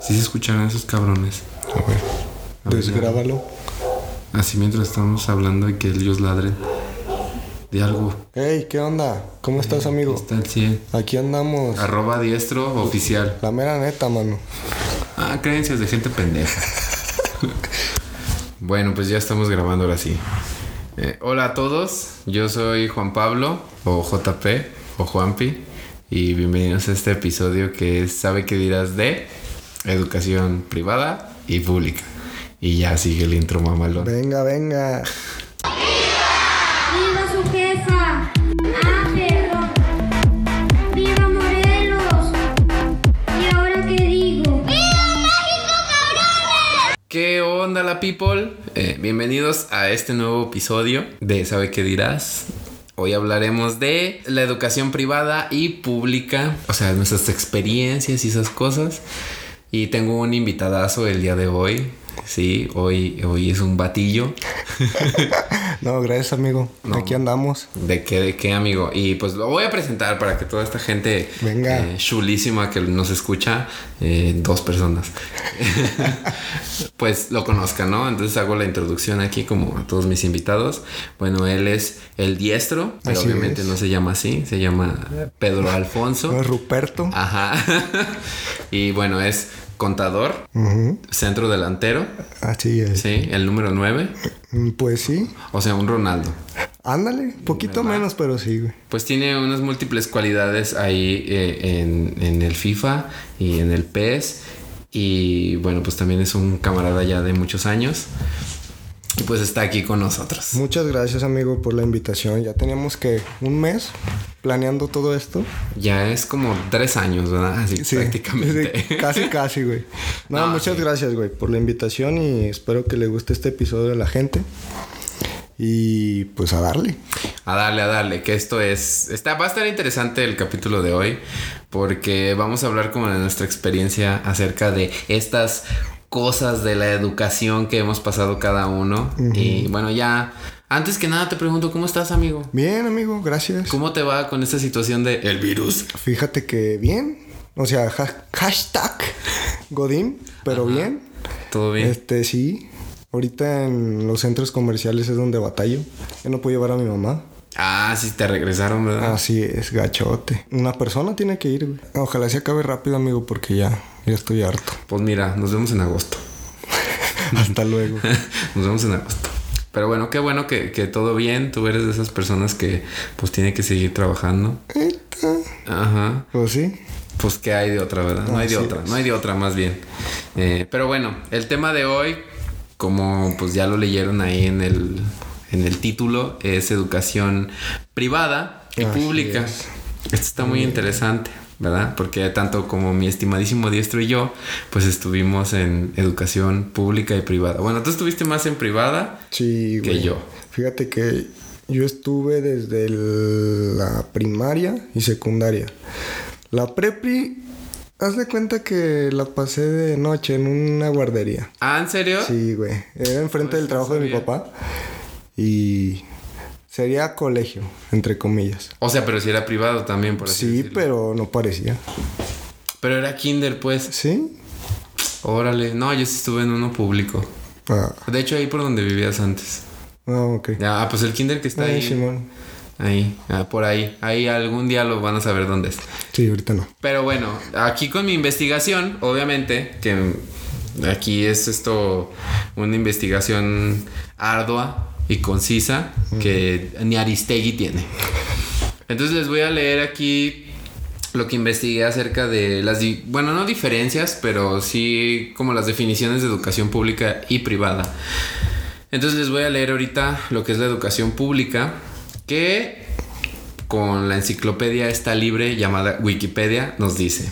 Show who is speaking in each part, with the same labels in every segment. Speaker 1: Sí se escucharán esos cabrones.
Speaker 2: A ver. Desgrábalo.
Speaker 1: Así mientras estamos hablando de que ellos ladren. De algo.
Speaker 2: Hey, ¿qué onda? ¿Cómo estás, amigo?
Speaker 1: Está el 100.
Speaker 2: Aquí andamos.
Speaker 1: Arroba diestro oficial.
Speaker 2: La mera neta, mano.
Speaker 1: Ah, creencias de gente pendeja. bueno, pues ya estamos grabando ahora sí. Eh, hola a todos, yo soy Juan Pablo, o JP, o Juanpi, y bienvenidos a este episodio que es Sabe qué dirás de educación privada y pública. Y ya sigue el intro, mamalón.
Speaker 2: Venga, venga.
Speaker 3: ¡Viva su jefa! ¡Ángelo! ¡Viva Morelos! ¿Y ahora qué digo? ¡Viva México, cabrones!
Speaker 1: ¿Qué onda la people? Eh, bienvenidos a este nuevo episodio de ¿Sabe qué dirás? Hoy hablaremos de la educación privada y pública, o sea, nuestras experiencias y esas cosas. Y tengo un invitadazo el día de hoy. Sí, hoy, hoy es un batillo.
Speaker 2: No, gracias, amigo.
Speaker 1: No.
Speaker 2: Aquí andamos.
Speaker 1: ¿De qué, de qué, amigo? Y pues lo voy a presentar para que toda esta gente
Speaker 2: Venga.
Speaker 1: eh, chulísima que nos escucha, eh, dos personas, pues lo conozcan, ¿no? Entonces hago la introducción aquí como a todos mis invitados. Bueno, él es el diestro, pero
Speaker 2: Así
Speaker 1: obviamente
Speaker 2: es.
Speaker 1: no se llama así, se llama Pedro Alfonso.
Speaker 2: Soy Ruperto.
Speaker 1: Ajá. y bueno, es contador,
Speaker 2: Ujú.
Speaker 1: centro delantero,
Speaker 2: Así es.
Speaker 1: sí, el número 9,
Speaker 2: Mm, Pues sí.
Speaker 1: o sea, un Ronaldo.
Speaker 2: Ándale, poquito menos, pero sí, güey.
Speaker 1: Pues tiene unas múltiples cualidades ahí eh, en, en el FIFA y en el PES. Y bueno, pues también es un camarada ya de muchos años. Y pues está aquí con nosotros.
Speaker 2: Muchas gracias, amigo, por la invitación. Ya teníamos que un mes planeando todo esto.
Speaker 1: Ya es como tres años, ¿verdad? Así
Speaker 2: Sí.
Speaker 1: prácticamente.
Speaker 2: Sí, casi, casi, güey. No,
Speaker 1: No,
Speaker 2: muchas gracias, güey, por la invitación y espero que le guste este episodio a la gente. Y pues a darle.
Speaker 1: A darle, a darle, que esto es. Está, va a estar interesante el capítulo de hoy. Porque vamos a hablar como de nuestra experiencia acerca de estas cosas de la educación que hemos pasado cada uno. Y bueno, ya. Antes que nada te pregunto, ¿cómo estás, amigo?
Speaker 2: Bien, amigo, gracias.
Speaker 1: ¿Cómo te va con esta situación de el virus?
Speaker 2: Fíjate que bien. O sea, ha- hashtag Godín, pero bien.
Speaker 1: ¿Todo bien?
Speaker 2: Este, sí. Ahorita en los centros comerciales es donde batallo. Yo no puedo llevar a mi mamá.
Speaker 1: Ah, sí, te regresaron, ¿verdad?
Speaker 2: Así es, gachote. Una persona tiene que ir, güey. Ojalá se acabe rápido, amigo, porque ya, ya estoy harto.
Speaker 1: Pues mira, nos vemos en agosto.
Speaker 2: Hasta luego.
Speaker 1: Nos vemos en agosto. Pero bueno, qué bueno que, que todo bien. Tú eres de esas personas que pues tiene que seguir trabajando. Ajá.
Speaker 2: ¿O sí?
Speaker 1: Pues que hay de otra, ¿verdad? No hay de
Speaker 2: Así
Speaker 1: otra,
Speaker 2: es.
Speaker 1: no hay de otra más bien. Eh, pero bueno, el tema de hoy, como pues ya lo leyeron ahí en el, en el título, es educación privada y
Speaker 2: Así
Speaker 1: pública.
Speaker 2: es.
Speaker 1: Esto está muy interesante, ¿verdad? Porque tanto como mi estimadísimo diestro y yo, pues estuvimos en educación pública y privada. Bueno, tú estuviste más en privada.
Speaker 2: Sí,
Speaker 1: Que
Speaker 2: güey.
Speaker 1: yo.
Speaker 2: Fíjate que yo estuve desde el- la primaria y secundaria. La prepi, haz de cuenta que la pasé de noche en una guardería.
Speaker 1: Ah, ¿en serio?
Speaker 2: Sí, güey. Era enfrente del trabajo de mi
Speaker 1: Pues sabía.
Speaker 2: papá. Y sería colegio, entre comillas.
Speaker 1: O sea, pero si era privado también, por así
Speaker 2: Sí,
Speaker 1: decirlo.
Speaker 2: pero no parecía.
Speaker 1: Pero era kinder, pues.
Speaker 2: ¿Sí?
Speaker 1: Órale. No, yo sí estuve en uno público.
Speaker 2: Ah,
Speaker 1: De hecho, ahí por donde vivías antes.
Speaker 2: ah, ok.
Speaker 1: Ah, pues el kinder que está
Speaker 2: Ay,
Speaker 1: ahí.
Speaker 2: Simón.
Speaker 1: Ahí, ah, por ahí. Ahí algún día lo van a saber dónde es.
Speaker 2: Sí, ahorita no.
Speaker 1: Pero bueno, aquí con mi investigación, obviamente, que aquí es esto, una investigación ardua y concisa que ni Aristegui tiene. Entonces les voy a leer aquí lo que investigué acerca de las, di- bueno, no diferencias, pero sí como las definiciones de educación pública y privada. Entonces les voy a leer ahorita lo que es la educación pública, que con la enciclopedia esta libre llamada Wikipedia nos dice.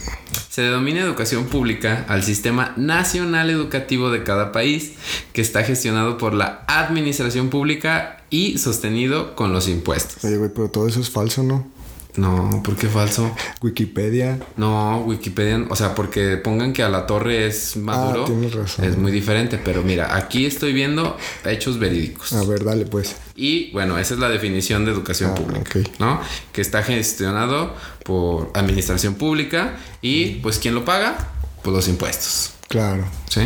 Speaker 1: Se denomina educación pública al sistema nacional educativo de cada país que está gestionado por la administración pública y sostenido con los impuestos.
Speaker 2: Oye, güey, pero todo eso es falso, ¿no?
Speaker 1: No, ¿por qué falso?
Speaker 2: Wikipedia.
Speaker 1: No, Wikipedia, o sea, porque pongan que a la torre es Maduro,
Speaker 2: Ah, tienes razón.
Speaker 1: es muy diferente, pero mira, aquí estoy viendo hechos verídicos.
Speaker 2: A ver, dale, pues.
Speaker 1: Y bueno, esa es la definición de educación
Speaker 2: Ah,
Speaker 1: pública,
Speaker 2: ok.
Speaker 1: ¿no? Que está gestionado por administración pública y pues ¿quién lo paga? Pues los impuestos.
Speaker 2: Claro.
Speaker 1: ¿sí?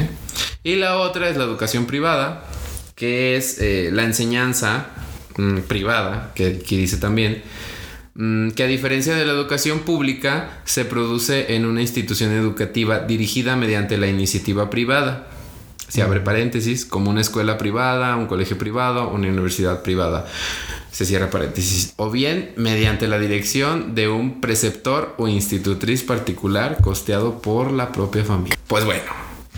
Speaker 1: Y la otra es la educación privada, que es eh, la enseñanza mm, privada, que, que dice también, mm, que a diferencia de la educación pública, se produce en una institución educativa dirigida mediante la iniciativa privada. Se abre paréntesis, como una escuela privada, un colegio privado, una universidad privada. Se cierra paréntesis. O bien mediante la dirección de un preceptor o institutriz particular costeado por la propia familia. Pues bueno,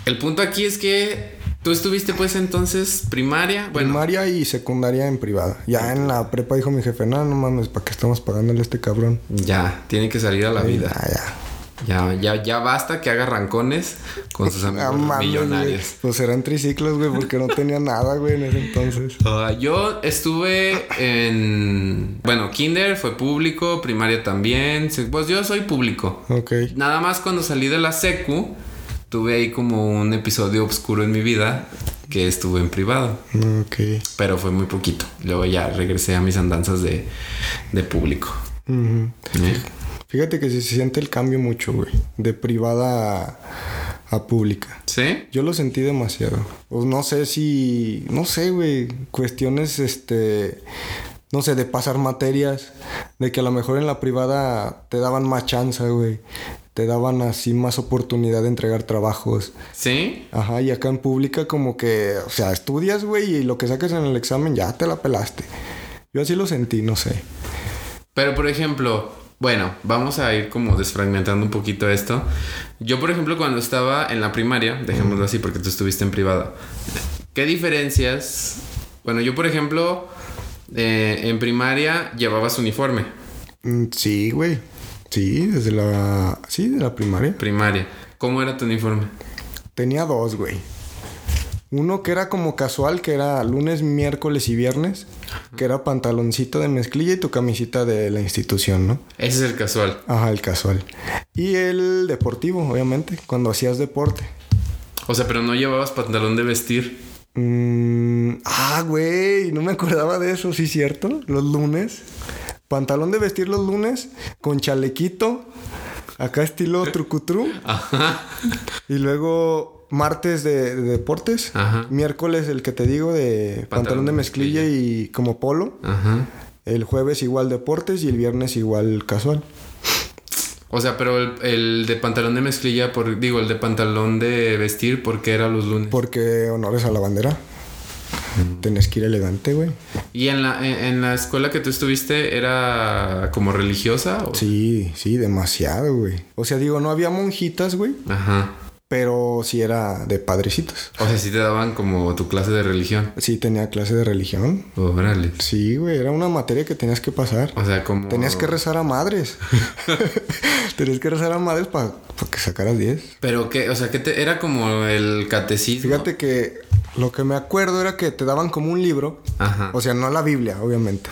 Speaker 1: el punto aquí es que tú estuviste pues entonces primaria. Bueno,
Speaker 2: Primaria y secundaria en privada. Ya en la prepa dijo mi jefe, no, no mames, ¿para qué estamos pagándole a este cabrón?
Speaker 1: ya, tiene que salir a la vida.
Speaker 2: Ah, ya.
Speaker 1: Ya, ya, ya basta que haga rancones con sus amigos
Speaker 2: Ah, mames, güey.
Speaker 1: millonarios.
Speaker 2: Pues eran triciclos, güey, porque no tenía nada, güey, en ese entonces.
Speaker 1: Ah, yo estuve en. Bueno, kinder fue público, primaria también. se- Pues yo soy público.
Speaker 2: Ok.
Speaker 1: Nada más cuando salí de la secu, tuve ahí como un episodio oscuro en mi vida que estuve en privado,
Speaker 2: Ok.
Speaker 1: pero fue muy poquito. Luego ya regresé a mis andanzas de, de público.
Speaker 2: Ujú.
Speaker 1: ¿Eh?
Speaker 2: Fíjate que sí se siente el cambio mucho, güey. De privada a, a pública.
Speaker 1: ¿Sí?
Speaker 2: Yo lo sentí demasiado. Pues no sé si. No sé, güey. Cuestiones, este. No sé, de pasar materias. De que a lo mejor en la privada te daban más chance, güey. Te daban así más oportunidad de entregar trabajos.
Speaker 1: ¿Sí?
Speaker 2: Ajá, y acá en pública como que, o sea, estudias, güey, y lo que saques en el examen ya te la pelaste. Yo así lo sentí, no sé.
Speaker 1: Pero por ejemplo, bueno, vamos a ir como desfragmentando un poquito esto. Yo, por ejemplo, cuando estaba en la primaria, dejémoslo así porque tú estuviste en privada. ¿Qué diferencias? Bueno, yo, por ejemplo, eh, en primaria llevabas uniforme,
Speaker 2: Mm, Sí, güey. Sí, desde la... Sí, de la primaria.
Speaker 1: primaria. ¿Cómo era tu uniforme?
Speaker 2: Tenía dos, güey. Uno que era como casual, que era lunes, miércoles y viernes, que era pantaloncito de mezclilla y tu camisita de la institución, ¿no?
Speaker 1: Ese es el casual.
Speaker 2: Ajá, el casual. Y el deportivo, obviamente, cuando hacías deporte.
Speaker 1: O sea, pero no llevabas pantalón de vestir.
Speaker 2: Mm, ah, güey, no me acordaba de eso, sí, cierto. Los lunes. Pantalón de vestir los lunes con chalequito. Acá estilo trucutru. Y luego martes de, de deportes.
Speaker 1: Ajá.
Speaker 2: Miércoles el que te digo de pantalón, de mezclilla y como polo.
Speaker 1: Ajá.
Speaker 2: El jueves igual deportes y el viernes igual casual.
Speaker 1: O sea, pero el, el de pantalón de mezclilla, por, digo, el de pantalón de vestir, porque era los lunes.
Speaker 2: Porque honores a la bandera. Tenés que ir elegante, güey.
Speaker 1: ¿Y en la, en, en la escuela que tú estuviste era como religiosa? O?
Speaker 2: Sí, sí, demasiado, güey. O sea, digo, no había monjitas, güey.
Speaker 1: Ajá.
Speaker 2: Pero sí era de padrecitos.
Speaker 1: O sea, sí te daban como tu clase de religión.
Speaker 2: Sí tenía clase de religión.
Speaker 1: Órale.
Speaker 2: Sí, güey, era una materia que tenías que pasar.
Speaker 1: O sea, como...
Speaker 2: Tenías que rezar a madres. tenías que rezar a madres para que sacaras 10.
Speaker 1: Pero que, o sea, que te, era como el catecismo.
Speaker 2: Fíjate que lo que me acuerdo era que te daban como un libro.
Speaker 1: Ajá.
Speaker 2: O sea, no la Biblia, obviamente.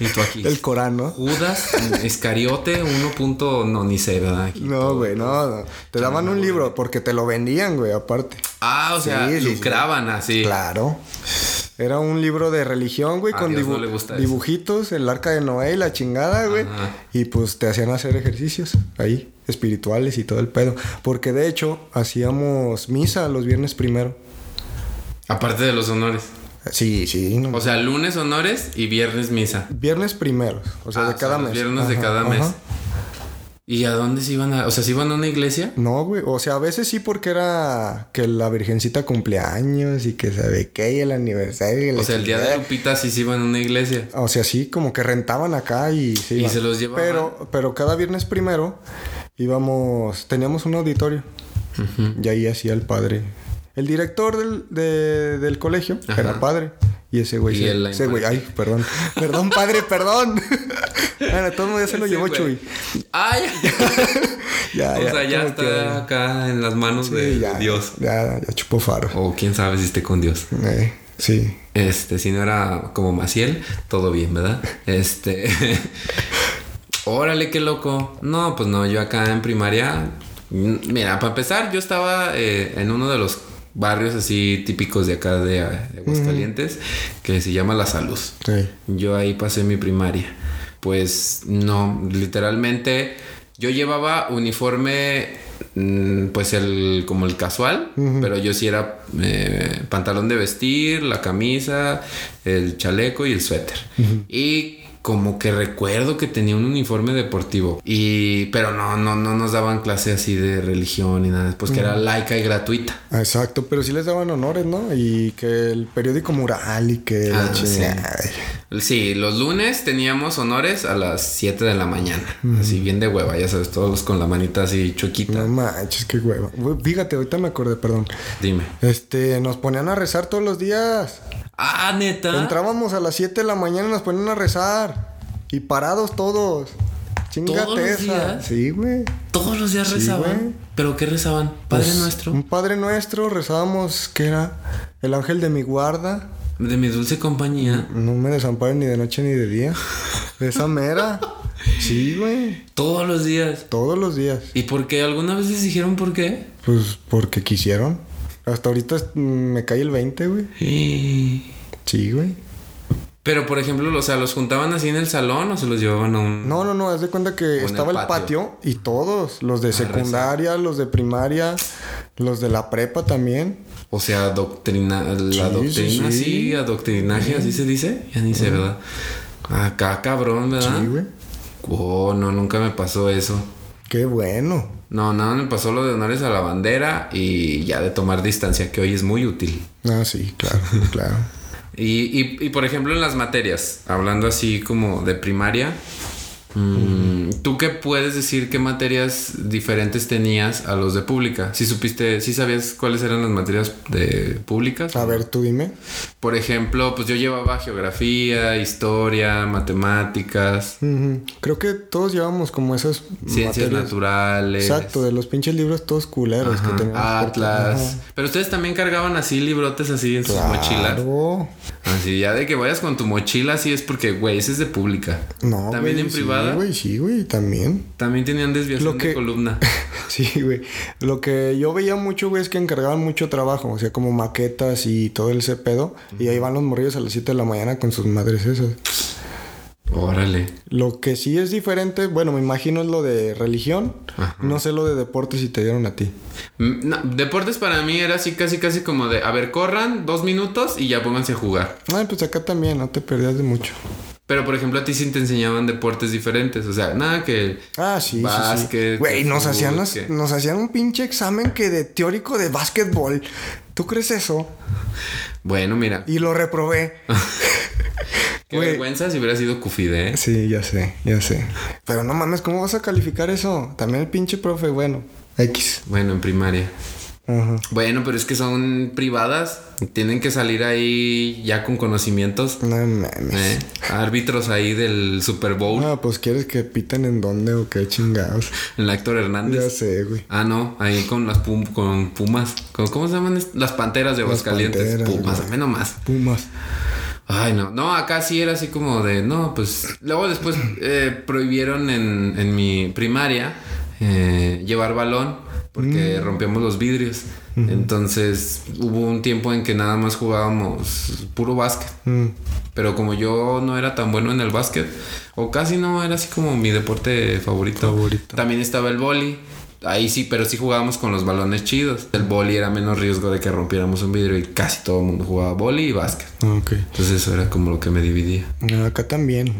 Speaker 1: y tú aquí.
Speaker 2: El Corán, ¿no?
Speaker 1: Judas, Iscariote, 1. No, ni sé, ¿verdad? Aquí
Speaker 2: No,
Speaker 1: todo.
Speaker 2: güey, no, no. Te daban un libro porque te lo vendían, güey, aparte.
Speaker 1: Ah, o sea,
Speaker 2: Sí, sí, sí.
Speaker 1: lucraban así.
Speaker 2: Claro. Era un libro de religión, güey,
Speaker 1: A
Speaker 2: con
Speaker 1: Dios
Speaker 2: dibu-
Speaker 1: no le gusta eso.
Speaker 2: dibujitos, el arca de Noé y la chingada, güey.
Speaker 1: Ajá.
Speaker 2: Y pues te hacían hacer ejercicios ahí, espirituales y todo el pedo. Porque de hecho hacíamos misa los viernes primero.
Speaker 1: Aparte de los honores.
Speaker 2: Sí, sí, no.
Speaker 1: O sea, lunes honores y viernes misa.
Speaker 2: viernes primeros, o sea,
Speaker 1: Ah,
Speaker 2: de
Speaker 1: o sea,
Speaker 2: cada
Speaker 1: los
Speaker 2: mes.
Speaker 1: viernes de
Speaker 2: Ajá,
Speaker 1: cada mes.
Speaker 2: ajá.
Speaker 1: ¿Y a dónde se iban a...? O sea, ¿se iban a una iglesia?
Speaker 2: No, güey. O sea, a veces sí porque era que la virgencita cumplía años y que sabe qué, y el aniversario. y la
Speaker 1: O sea, el día
Speaker 2: chingada.
Speaker 1: de Lupita sí se iban a una iglesia.
Speaker 2: O sea, sí, como que rentaban acá y se,
Speaker 1: Y
Speaker 2: iban.
Speaker 1: se los llevaban.
Speaker 2: Pero, pero cada viernes primero íbamos, teníamos un auditorio. Y ahí hacía el padre. El director del, de- del colegio
Speaker 1: Ajá.
Speaker 2: era padre. Y ese güey,
Speaker 1: Y
Speaker 2: se-
Speaker 1: el la
Speaker 2: ese güey, ay, perdón, perdón, padre, perdón. bueno, todo el mundo ya se lo
Speaker 1: Sí,
Speaker 2: llevó
Speaker 1: güey.
Speaker 2: Chuy.
Speaker 1: ¡Ay!
Speaker 2: Ya,
Speaker 1: o sea, ya
Speaker 2: como
Speaker 1: está
Speaker 2: que-
Speaker 1: acá en las manos de
Speaker 2: sí, ya,
Speaker 1: Dios. Oh.
Speaker 2: Ya, ya chupó faro.
Speaker 1: O quién sabe si esté con Dios.
Speaker 2: Eh, sí.
Speaker 1: Este, si no era como Maciel, todo bien, ¿verdad? Este. Órale, qué loco. No, pues no, yo acá en primaria. mm, Mira, para empezar, yo estaba eh, en uno de los barrios así típicos de acá de, de Aguascalientes, que se llama La Salud.
Speaker 2: Sí.
Speaker 1: Yo ahí pasé mi primaria. Pues no, literalmente Yo llevaba uniforme, mm, pues el como el casual, pero yo sí era eh, pantalón de vestir, la camisa, el chaleco y el suéter. Y como que recuerdo que tenía un uniforme deportivo y pero no no no nos daban clase así de religión ni nada, pues que era laica y gratuita.
Speaker 2: Ah, Exacto, pero sí les daban honores, ¿no? Y que el periódico mural y que la
Speaker 1: Ah, sí.
Speaker 2: chingada.
Speaker 1: Sí, los lunes teníamos honores a las 7 de la mañana. Así bien de hueva, ya sabes, todos con la manita así chuequita.
Speaker 2: No manches, qué hueva. Güey, Fíjate, ahorita me acordé, perdón.
Speaker 1: Dime.
Speaker 2: Este, nos ponían a rezar todos los días.
Speaker 1: Ah, neta.
Speaker 2: Entrábamos a las 7 de la mañana y nos ponían a rezar. Y parados todos.
Speaker 1: ¿Todos
Speaker 2: Chingate
Speaker 1: los
Speaker 2: esa.
Speaker 1: días?
Speaker 2: Sí, güey.
Speaker 1: Todos los días
Speaker 2: Sí,
Speaker 1: rezaban.
Speaker 2: güey.
Speaker 1: ¿Pero qué rezaban? Padre
Speaker 2: Pues, Un
Speaker 1: nuestro.
Speaker 2: Padre Nuestro rezábamos que era el ángel de mi guarda.
Speaker 1: De mi dulce compañía.
Speaker 2: No me desampares ni de noche ni de día. De esa mera. Sí, güey.
Speaker 1: Todos los días.
Speaker 2: Todos los días.
Speaker 1: ¿Y por qué? ¿Alguna vez les dijeron por qué?
Speaker 2: Pues porque quisieron. Hasta ahorita es- me cae el 20, güey. Sí, güey.
Speaker 1: Pero, por ejemplo, o sea, ¿los juntaban así en el salón o se los llevaban a un...?
Speaker 2: No, no, no, haz de cuenta que
Speaker 1: el Ah,
Speaker 2: estaba el patio. y todos, los de secundaria, los de primaria, los de la prepa también.
Speaker 1: O sea, doctrina, la
Speaker 2: sí,
Speaker 1: doctrina,
Speaker 2: sí.
Speaker 1: sí, adoctrinaje, así se dice. Ya ni sé, ¿verdad? Acá, cabrón, ¿verdad?
Speaker 2: Sí, güey.
Speaker 1: Oh, no, nunca me pasó eso.
Speaker 2: Qué bueno.
Speaker 1: No, nada, me pasó lo de honores a la bandera y ya de tomar distancia, que hoy es muy útil.
Speaker 2: Ah, sí, claro, claro.
Speaker 1: Y, y- y, por ejemplo, en las materias, hablando así como de primaria, mm, ¿tú qué puedes decir qué materias diferentes tenías a los de pública? Si supiste, si sabías cuáles eran las materias de públicas.
Speaker 2: A ver, tú dime.
Speaker 1: Por ejemplo, pues yo llevaba geografía, historia, matemáticas,
Speaker 2: Ujú. Creo que todos llevamos como esas
Speaker 1: ciencias
Speaker 2: materias.
Speaker 1: naturales.
Speaker 2: Exacto, de los pinches libros todos culeros
Speaker 1: Ajá,
Speaker 2: Pues que teníamos. porque-
Speaker 1: Atlas.
Speaker 2: Ajá.
Speaker 1: Pero ustedes también cargaban así librotes así en sus mochilas.
Speaker 2: Claro.
Speaker 1: Así, ya de que vayas con tu mochila, así es porque, güey, ese es de pública.
Speaker 2: No,
Speaker 1: También
Speaker 2: güey,
Speaker 1: en
Speaker 2: sí,
Speaker 1: privada.
Speaker 2: güey, sí, güey, también.
Speaker 1: También tenían desviación
Speaker 2: Lo que-
Speaker 1: de columna.
Speaker 2: Sí, güey. Lo que yo veía mucho, güey, es que encargaban mucho trabajo. O sea, como maquetas y todo ese pedo. Y ahí van los morrillos a las 7 de la mañana con sus madres esas.
Speaker 1: Órale.
Speaker 2: Lo que sí es diferente, bueno, me imagino es lo de religión. No sé lo de deportes si te dieron a ti.
Speaker 1: Mm, no, deportes para mí era así casi casi como de, a ver, corran dos minutos y ya pónganse a jugar.
Speaker 2: Ay, pues acá también, no te perdías de mucho.
Speaker 1: Pero, por ejemplo, a ti sí te enseñaban deportes diferentes. O sea, nada que...
Speaker 2: Ah, sí, sí, sí,
Speaker 1: Básquet,
Speaker 2: Güey,
Speaker 1: que
Speaker 2: nos,
Speaker 1: fútbol,
Speaker 2: hacían las-
Speaker 1: que-
Speaker 2: nos hacían un pinche examen que de teórico de básquetbol. ¿Tú crees eso?
Speaker 1: Bueno, mira.
Speaker 2: Y lo reprobé.
Speaker 1: Qué
Speaker 2: güey.
Speaker 1: vergüenza si hubiera sido Cufide, ¿eh?
Speaker 2: Sí, ya sé, ya sé. Pero no mames, ¿cómo vas a calificar eso? También el pinche profe, bueno, X.
Speaker 1: Bueno, en primaria.
Speaker 2: Ajá.
Speaker 1: Bueno, pero es que son privadas. Tienen que salir ahí ya con conocimientos.
Speaker 2: No mames.
Speaker 1: ¿eh? Árbitros ahí del Super Bowl.
Speaker 2: Ah, pues quieres que piten en dónde o qué chingados.
Speaker 1: El actor
Speaker 2: Ya
Speaker 1: Hernández.
Speaker 2: sé, güey.
Speaker 1: Ah, no, ahí con las pum- con pumas. ¿Cómo, cómo se llaman? est- Las panteras de Aguascalientes.
Speaker 2: panteras,
Speaker 1: Pumas,
Speaker 2: güey.
Speaker 1: a menos más.
Speaker 2: Pumas.
Speaker 1: Ay, no. No, acá sí era así como de, no, pues. Luego después eh, prohibieron en, en mi primaria eh, llevar balón
Speaker 2: Mm.
Speaker 1: porque rompíamos los vidrios. Entonces hubo un tiempo en que nada más jugábamos puro básquet.
Speaker 2: Mm.
Speaker 1: Pero como yo no era tan bueno en el básquet, o casi no era así como mi deporte favorito.
Speaker 2: Favorito.
Speaker 1: También estaba el boli. Ahí sí, pero sí jugábamos con los balones chidos. El boli era menos riesgo de que rompiéramos un vidrio y casi todo el mundo jugaba boli y básquet.
Speaker 2: Ok.
Speaker 1: Entonces eso era como lo que me dividía.
Speaker 2: Acá también.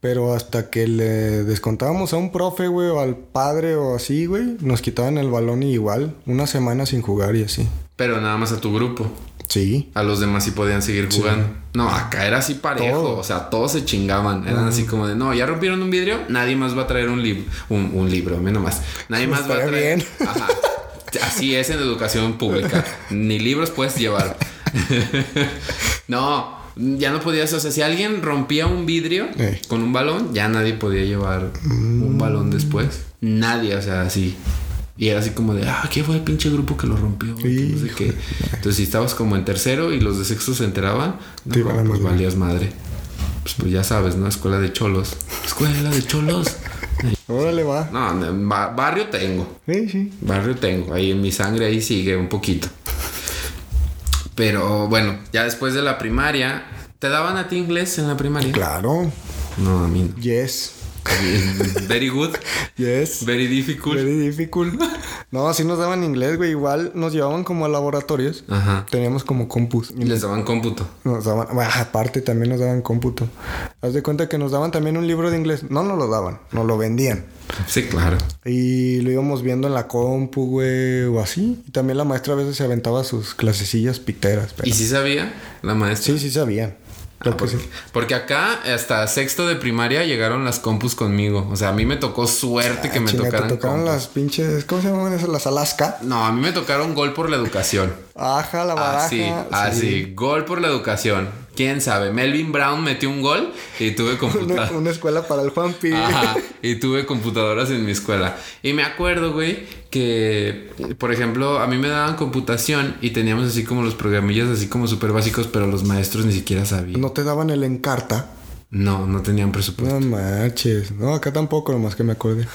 Speaker 2: Pero hasta que le descontábamos a un profe, güey, o al padre o así, güey, nos quitaban el balón y igual, una semana sin jugar y así.
Speaker 1: Pero nada más a tu grupo.
Speaker 2: Sí.
Speaker 1: A los demás sí podían seguir jugando. No, acá era así parejo.
Speaker 2: Todo.
Speaker 1: O sea, todos se chingaban. Eran así como de, no, ya rompieron un vidrio, nadie más va a traer un libro. Un, un libro, menos más. Nadie más va a
Speaker 2: Estaría
Speaker 1: traer.
Speaker 2: bien.
Speaker 1: Ajá. Así es en educación pública. Ni libros puedes llevar. no, ya no podías. O sea, si alguien rompía un vidrio
Speaker 2: Ey.
Speaker 1: con un balón, ya nadie podía llevar
Speaker 2: Mm.
Speaker 1: un balón después. Nadie, o sea, así. Y era así como de, ah, ¿qué fue el pinche grupo que lo rompió? Que no sé qué. Entonces, si estabas como en tercero y los de sexto se enteraban, no,
Speaker 2: Te iban a
Speaker 1: pues
Speaker 2: madrear.
Speaker 1: valías madre. Pues, pues ya sabes, ¿no? Escuela de cholos. Escuela de cholos.
Speaker 2: Órale, va.
Speaker 1: No, no, ba- barrio tengo.
Speaker 2: Sí, sí.
Speaker 1: Barrio tengo, ahí en mi sangre ahí sigue un poquito. Pero bueno, ya después de la primaria, ¿te daban a ti inglés en la primaria?
Speaker 2: Claro.
Speaker 1: No, a mí no.
Speaker 2: Yes.
Speaker 1: Very good.
Speaker 2: Yes.
Speaker 1: Very difficult.
Speaker 2: Very difficult. No, así nos daban inglés, güey. Igual nos llevaban como a laboratorios.
Speaker 1: Ajá.
Speaker 2: Teníamos como compus.
Speaker 1: Y les daban cómputo.
Speaker 2: Nos daban, bueno, aparte también nos daban cómputo. Haz de cuenta que nos daban también un libro de inglés. No nos lo daban, nos lo vendían.
Speaker 1: Sí, claro.
Speaker 2: Y lo íbamos viendo en la compu, güey, o así. Y también la maestra a veces se aventaba sus clasecillas piteras. Pero...
Speaker 1: ¿Y si sabía la maestra?
Speaker 2: Sí, sí sabían. Creo
Speaker 1: Ah,
Speaker 2: que
Speaker 1: porque,
Speaker 2: sí.
Speaker 1: porque acá hasta sexto de primaria llegaron las compus conmigo. O sea, a mí me tocó suerte que me
Speaker 2: Ah, Chinga,
Speaker 1: tocaran.
Speaker 2: te tocaron
Speaker 1: compus.
Speaker 2: las pinches... ¿Cómo se llaman esas? Las Alaska.
Speaker 1: No, a mí me tocaron gol por la educación.
Speaker 2: Ajá,
Speaker 1: Ah,
Speaker 2: la baraja.
Speaker 1: Así, así, gol por la educación. ¿Quién sabe? Melvin Brown metió un gol y tuve
Speaker 2: Una,
Speaker 1: computadora.
Speaker 2: una escuela para el Juanpi.
Speaker 1: Ajá, y tuve computadoras en mi escuela. Y me acuerdo, güey, que, por ejemplo, a mí me daban computación y teníamos así como los programillas así como súper básicos, pero los maestros ni siquiera sabían.
Speaker 2: No te daban el encarta.
Speaker 1: No, no tenían presupuesto.
Speaker 2: No manches. No, acá tampoco, nomás que me acorde.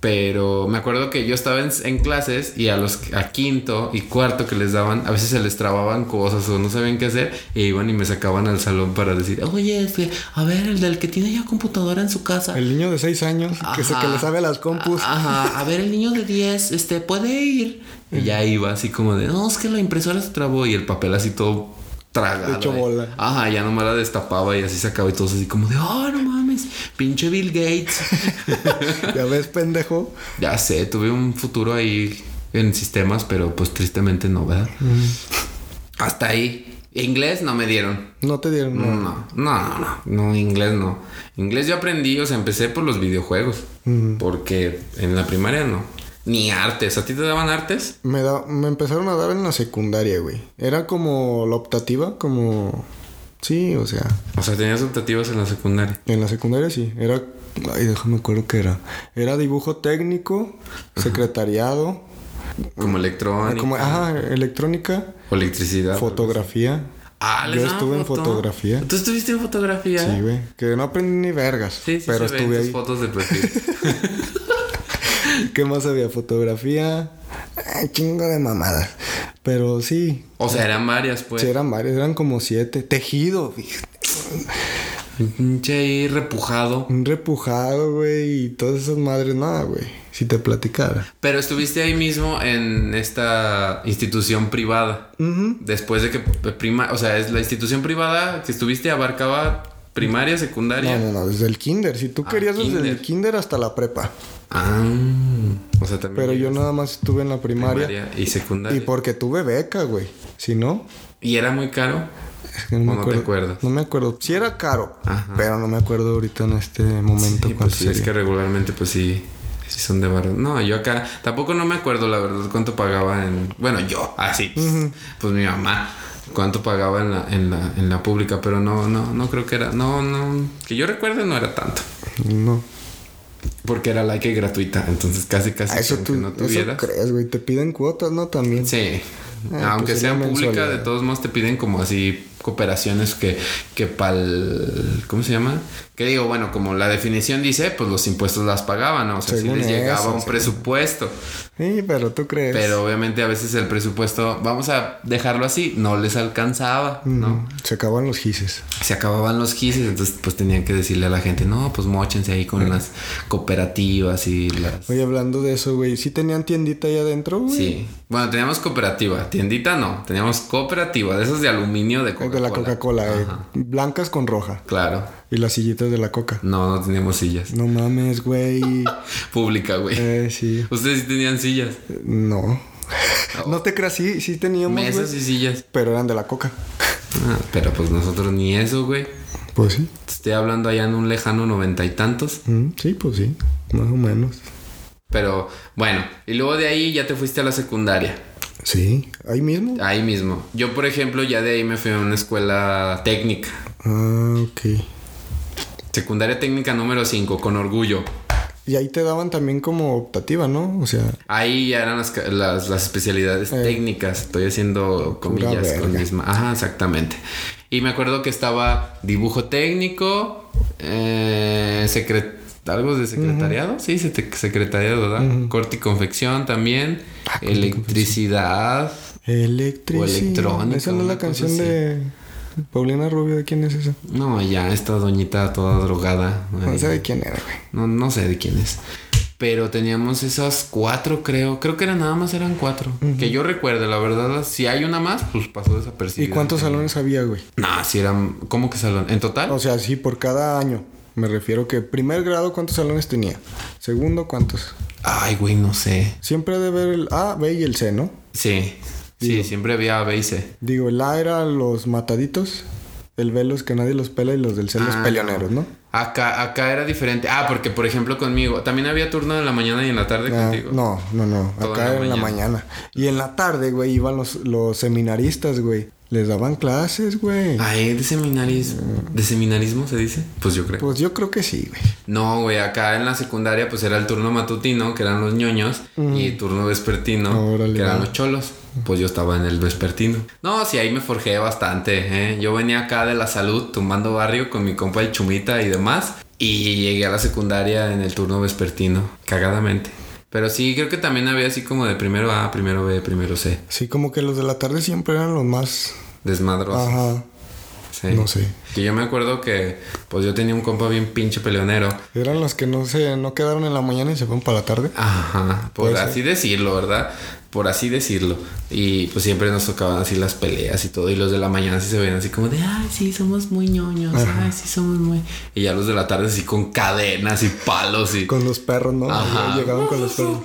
Speaker 1: Pero me acuerdo que yo estaba en, en clases y a los a quinto y cuarto que les daban, a veces se les trababan cosas o no sabían qué hacer e iban y me sacaban al salón para decir, oye, este, a ver, el del que tiene ya computadora en su casa.
Speaker 2: El niño de 6 años que se que
Speaker 1: Ajá.
Speaker 2: le sabe a las compus.
Speaker 1: Ajá, a ver, el niño de 10, este, puede ir. Y ya iba así como de, no, es que la impresora se trabó y el papel así todo tragado.
Speaker 2: Hecho
Speaker 1: eh.
Speaker 2: bola.
Speaker 1: Ajá, ya nomás la destapaba y así sacaba y todos así como de, oh, no mames, pinche Bill Gates.
Speaker 2: Ya ves, pendejo.
Speaker 1: Ya sé, tuve un futuro ahí en sistemas, pero pues tristemente no, ¿verdad?
Speaker 2: Mm.
Speaker 1: Hasta ahí. Inglés no me dieron.
Speaker 2: No te dieron nada.
Speaker 1: No, no, no, no, inglés no. Inglés yo aprendí, o sea, empecé por los videojuegos.
Speaker 2: Mm.
Speaker 1: Porque en la primaria no. Ni artes. ¿A ti te daban artes?
Speaker 2: Me, da- me empezaron a dar en la secundaria, güey. Era como la optativa, como... Sí, o sea,
Speaker 1: O sea, tenías optativas en la secundaria.
Speaker 2: en la secundaria sí. Era... Ay, déjame acuerdo qué era. Era dibujo técnico, secretariado,
Speaker 1: Como electrónica.
Speaker 2: como... Ajá, electrónica,
Speaker 1: Ah, Electricidad.
Speaker 2: fotografía.
Speaker 1: Ah, ¿les
Speaker 2: Yo
Speaker 1: daban
Speaker 2: estuve en
Speaker 1: foto?
Speaker 2: fotografía.
Speaker 1: ¿Tú estuviste en fotografía?
Speaker 2: Sí, güey. Que no aprendí ni vergas.
Speaker 1: Sí, sí,
Speaker 2: pero
Speaker 1: se ven
Speaker 2: estuve
Speaker 1: tus
Speaker 2: ahí.
Speaker 1: fotos de perfil.
Speaker 2: ¿Qué más había? Fotografía. Ay, Eh, chingo de mamadas. Pero sí,
Speaker 1: O sea, eran varias, pues.
Speaker 2: sí eran varios, eran como siete. Tejido, fíjate.
Speaker 1: Pinche ahí repujado.
Speaker 2: Un repujado, güey, y todas esas madres. Nada, güey. Si te platicara.
Speaker 1: Pero estuviste ahí mismo en esta institución privada. Después de que prima, o sea, es la institución privada que estuviste abarcaba primaria, secundaria.
Speaker 2: No, no, no, desde el kinder. Si tú querías desde el
Speaker 1: Ah, kinder.
Speaker 2: kinder hasta la prepa.
Speaker 1: Ah, o sea, también.
Speaker 2: Pero yo nada más estuve en la primaria.
Speaker 1: primaria y secundaria. Y,
Speaker 2: Y porque tuve beca, güey. Si no,
Speaker 1: era muy caro.
Speaker 2: es que no me
Speaker 1: ¿O no te
Speaker 2: acuerdo.
Speaker 1: acuerdas?
Speaker 2: No me acuerdo. Sí era caro,
Speaker 1: Ajá.
Speaker 2: pero no me acuerdo ahorita en este momento
Speaker 1: Sí, pues
Speaker 2: cuánto
Speaker 1: sí, es
Speaker 2: sería.
Speaker 1: que regularmente pues sí sí son de barrio. No, yo acá tampoco no me acuerdo la verdad cuánto pagaba en bueno, yo así pues, pues, mi mamá cuánto pagaba en la, en la en la pública, pero no no no creo que era no no que yo recuerde no era tanto.
Speaker 2: No.
Speaker 1: Porque era like y gratuita, entonces casi casi
Speaker 2: Ah, eso
Speaker 1: aunque
Speaker 2: tú
Speaker 1: no
Speaker 2: eso
Speaker 1: tuvieras.
Speaker 2: crees, güey. Te piden cuotas, ¿no? También.
Speaker 1: Sí.
Speaker 2: Ah,
Speaker 1: Aunque
Speaker 2: pues,
Speaker 1: sea
Speaker 2: sería
Speaker 1: pública, de
Speaker 2: mensualidad.
Speaker 1: todos modos te piden como así cooperaciones que, que pal... ¿Cómo se llama? Que digo, bueno, como la definición dice, pues los impuestos las pagaban, ¿no? o sea, si
Speaker 2: Según
Speaker 1: les llegaba
Speaker 2: eso,
Speaker 1: un
Speaker 2: sí.
Speaker 1: presupuesto.
Speaker 2: Sí, pero tú crees.
Speaker 1: Pero obviamente a veces el presupuesto, vamos a dejarlo así, no les alcanzaba, ¿no?
Speaker 2: Mm, Se acaban los gises.
Speaker 1: Se acababan los quises, entonces pues tenían que decirle a la gente, no, pues mochense ahí con las cooperativas y las...
Speaker 2: Oye, hablando de eso, güey, ¿sí tenían tiendita ahí adentro, güey?
Speaker 1: Sí. Bueno, teníamos cooperativa. Tiendita no. Teníamos cooperativa. De esas de aluminio de Coca-Cola.
Speaker 2: De la Coca-Cola, eh.
Speaker 1: Ajá.
Speaker 2: Blancas con roja.
Speaker 1: Claro.
Speaker 2: Y las sillitas de la coca.
Speaker 1: No, no teníamos sillas.
Speaker 2: No mames, güey.
Speaker 1: Pública, güey.
Speaker 2: eh, sí.
Speaker 1: Ustedes sí tenían sillas.
Speaker 2: No. No te creas, sí, sí teníamos,
Speaker 1: Mesas
Speaker 2: güey,
Speaker 1: y sillas.
Speaker 2: Pero eran de la coca.
Speaker 1: Ah, pero pues nosotros ni eso, güey.
Speaker 2: Pues sí.
Speaker 1: Te estoy hablando allá en un lejano noventa y tantos.
Speaker 2: Mm, sí, pues sí. Más o menos.
Speaker 1: Pero bueno, y luego de ahí ya te fuiste a la secundaria.
Speaker 2: Sí. Ahí mismo.
Speaker 1: Ahí mismo. Yo, por ejemplo, ya de ahí me fui a una escuela técnica.
Speaker 2: Ah, ok.
Speaker 1: Secundaria técnica número 5, con orgullo.
Speaker 2: Y ahí te daban también como optativa, ¿no? O sea,
Speaker 1: Ahí ya eran las, ca- las, las especialidades técnicas. Estoy haciendo comillas con
Speaker 2: verga.
Speaker 1: mis ma- Ajá, exactamente. Y me acuerdo que estaba dibujo técnico, eh, secre- algo de secretariado. Sí, se- te- secretariado, ¿verdad? Corte y confección también. electricidad.
Speaker 2: electricidad.
Speaker 1: O electrónica,
Speaker 2: Esa no es
Speaker 1: una
Speaker 2: la
Speaker 1: cosa
Speaker 2: canción
Speaker 1: así.
Speaker 2: de. Paulina Rubio, ¿de quién es esa?
Speaker 1: No, ya, esta doñita toda drogada.
Speaker 2: No
Speaker 1: Ay,
Speaker 2: sé de quién era, güey.
Speaker 1: No, no sé de quién es. Pero teníamos esas cuatro, creo. Creo que eran nada más eran cuatro. Que yo recuerde, la verdad, si hay una más, pues pasó desapercibida.
Speaker 2: ¿Y cuántos salones había, güey?
Speaker 1: Nah, si eran. ¿Cómo que salón? ¿En total?
Speaker 2: O sea, sí, por cada año. Me refiero que primer grado, ¿cuántos salones tenía? Segundo, ¿cuántos?
Speaker 1: Ay, güey, no sé.
Speaker 2: Siempre debe haber el A, B y el C, ¿no?
Speaker 1: Sí. Sí, siempre había B y C.
Speaker 2: Digo, el A era los mataditos, el B los que nadie los pela y los del C los
Speaker 1: Ah,
Speaker 2: peleoneros, ¿no?
Speaker 1: Acá, acá era diferente. Ah, porque por ejemplo conmigo. También había turno en la mañana y en la tarde
Speaker 2: Ah,
Speaker 1: contigo.
Speaker 2: no, no, no.
Speaker 1: Todo
Speaker 2: Acá
Speaker 1: en la
Speaker 2: era en la mañana. Y en la tarde, güey, iban los, los seminaristas, güey. Les daban clases, güey.
Speaker 1: Ay, de seminarismo.
Speaker 2: Mm.
Speaker 1: ¿De seminarismo se dice? Pues yo creo.
Speaker 2: Pues yo creo que sí, güey.
Speaker 1: No, güey, acá en la secundaria pues era el turno matutino, que eran los ñoños, y turno vespertino,
Speaker 2: Órale,
Speaker 1: que eran
Speaker 2: va.
Speaker 1: los cholos. Pues yo estaba en el vespertino. No, sí, ahí me forjé bastante, ¿eh? Yo venía acá de la salud, tumbando barrio con mi compa el Chumita y demás, y llegué a la secundaria en el turno vespertino, cagadamente. Pero sí, creo que también había así como de primero A, primero B, primero C.
Speaker 2: Sí, como que los de la tarde siempre eran los más.
Speaker 1: Desmadrosos.
Speaker 2: Ajá.
Speaker 1: Sí.
Speaker 2: Ah, no sé.
Speaker 1: Que yo me acuerdo que, pues yo tenía un compa bien pinche peleonero.
Speaker 2: Eran los que no se, no quedaron en la mañana y se fueron para la tarde.
Speaker 1: Ajá, por
Speaker 2: Puede ser.
Speaker 1: así decirlo, ¿verdad? Por así decirlo. Y pues siempre nos tocaban así las peleas y todo. Y los de la mañana sí se ven así como de, ay, sí, somos muy ñoños. Ay, sí, somos muy. Y ya los de la tarde así con cadenas y palos y.
Speaker 2: Con los perros, ¿no?
Speaker 1: Ajá.
Speaker 2: Llegaban con los perros.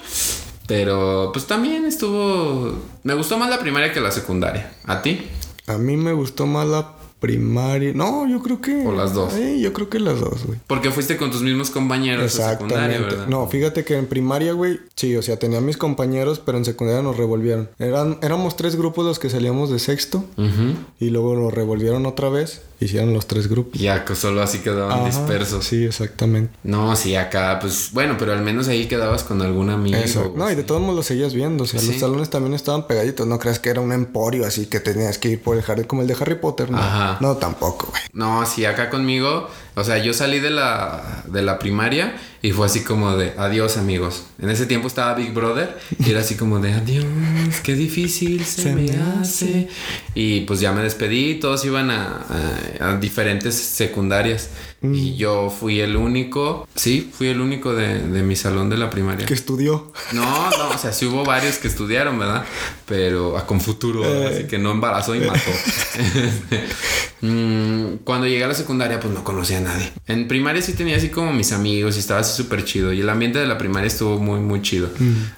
Speaker 1: Pero pues también estuvo. Me gustó más la primaria que la secundaria. ¿A ti?
Speaker 2: A mí me gustó más la primaria. No, yo creo que.
Speaker 1: O las dos.
Speaker 2: Sí, yo creo que las dos, güey.
Speaker 1: Porque fuiste con tus mismos compañeros de secundaria,
Speaker 2: Exactamente.
Speaker 1: ¿verdad?
Speaker 2: No, fíjate que en primaria, güey, sí, o sea, tenía mis compañeros, pero en secundaria nos revolvieron. Eran, éramos tres grupos los que salíamos de sexto
Speaker 1: Ujú.
Speaker 2: y luego los revolvieron otra vez, hicieron los tres grupos.
Speaker 1: Ya que solo así quedaban
Speaker 2: Ajá,
Speaker 1: dispersos.
Speaker 2: Sí, exactamente.
Speaker 1: No, sí, acá, pues, bueno, pero al menos ahí quedabas con algún amigo.
Speaker 2: Eso. No, y de todos modos los seguías viendo, o sea,
Speaker 1: Sí.
Speaker 2: los salones también estaban pegaditos, no creas que era un emporio así que tenías que ir por el jardín como el de Harry Potter, no.
Speaker 1: Ajá.
Speaker 2: No, tampoco, güey.
Speaker 1: No, sí, acá conmigo, o sea, yo salí de la, de la primaria y fue así como de adiós amigos. En ese tiempo estaba Big Brother y era así como de adiós, qué difícil se,
Speaker 2: Se
Speaker 1: me
Speaker 2: me
Speaker 1: hace. Y pues ya me despedí, todos iban a, a- a diferentes secundarias y yo fui el único, sí, fui el único de, de mi salón de la primaria.
Speaker 2: Que estudió.
Speaker 1: No, no, o sea, sí hubo varios que estudiaron, ¿verdad? Pero a con futuro, así que no embarazó y mató. Mm, Cuando llegué a la secundaria, pues no conocía a nadie. En primaria sí tenía así como mis amigos y estaba así súper chido. Y el ambiente de la primaria estuvo muy, muy chido.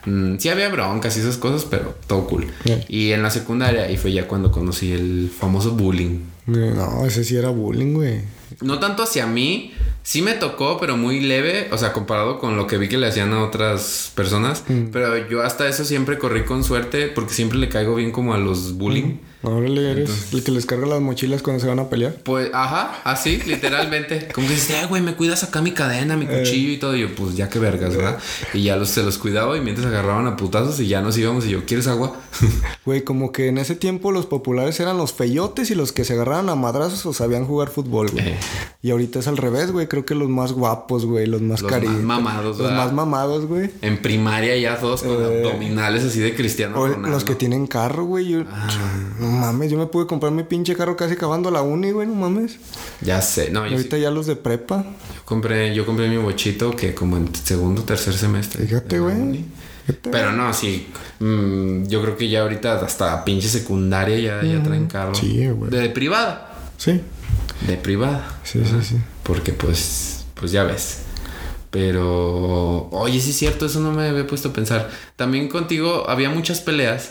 Speaker 1: Mm, sí había broncas y esas cosas, pero todo cool.
Speaker 2: Yeah.
Speaker 1: Y en la secundaria, y fue ya cuando conocí el famoso bullying.
Speaker 2: No, ese sí era bullying, güey.
Speaker 1: No tanto hacia mí. Sí me tocó, pero muy leve. O sea, comparado con lo que vi que le hacían a otras personas.
Speaker 2: Mm.
Speaker 1: Pero yo hasta eso siempre corrí con suerte porque siempre le caigo bien como a los
Speaker 2: Mm.
Speaker 1: bullying.
Speaker 2: Ahora le eres el que les carga las mochilas cuando se van a pelear.
Speaker 1: Pues, ajá, así, literalmente. Como que dices, "Eh, güey, me cuidas acá mi cadena,
Speaker 2: Eh.
Speaker 1: mi cuchillo y todo. Y yo, pues ya que vergas, ¿verdad? Y ya los, se los cuidaba y mientras agarraban a putazos y ya nos íbamos. Y yo, ¿quieres agua?
Speaker 2: Güey, como que en ese tiempo los populares eran los feyotes y los que se agarraban a madrazos o sabían jugar fútbol, güey.
Speaker 1: Eh.
Speaker 2: Y ahorita es al revés, güey. Creo que los más guapos, güey. Los más
Speaker 1: Los
Speaker 2: cari...
Speaker 1: más mamados,
Speaker 2: Los
Speaker 1: ¿verdad?
Speaker 2: más mamados, güey.
Speaker 1: en primaria ya todos con abdominales así de Cristiano
Speaker 2: Eh. O
Speaker 1: Ronaldo.
Speaker 2: los que tienen carro, güey. Yo-
Speaker 1: Ah.
Speaker 2: No mames, yo me pude comprar mi pinche carro casi acabando la uni, güey. No mames.
Speaker 1: Ya sé. No, yo
Speaker 2: Y
Speaker 1: sí
Speaker 2: ahorita ya los de prepa.
Speaker 1: Compré, yo compré mi bochito que como en segundo o tercer semestre.
Speaker 2: Fíjate,
Speaker 1: de la
Speaker 2: güey.
Speaker 1: uni.
Speaker 2: Fíjate.
Speaker 1: Pero no, sí. mm, yo creo que ya ahorita hasta pinche secundaria ya, ya traen carro.
Speaker 2: Sí, güey.
Speaker 1: De privada.
Speaker 2: Sí.
Speaker 1: De privada.
Speaker 2: Sí, sí, sí.
Speaker 1: Porque pues, pues ya ves. Pero, oye, sí es cierto, eso no me había puesto a pensar. También contigo había muchas peleas.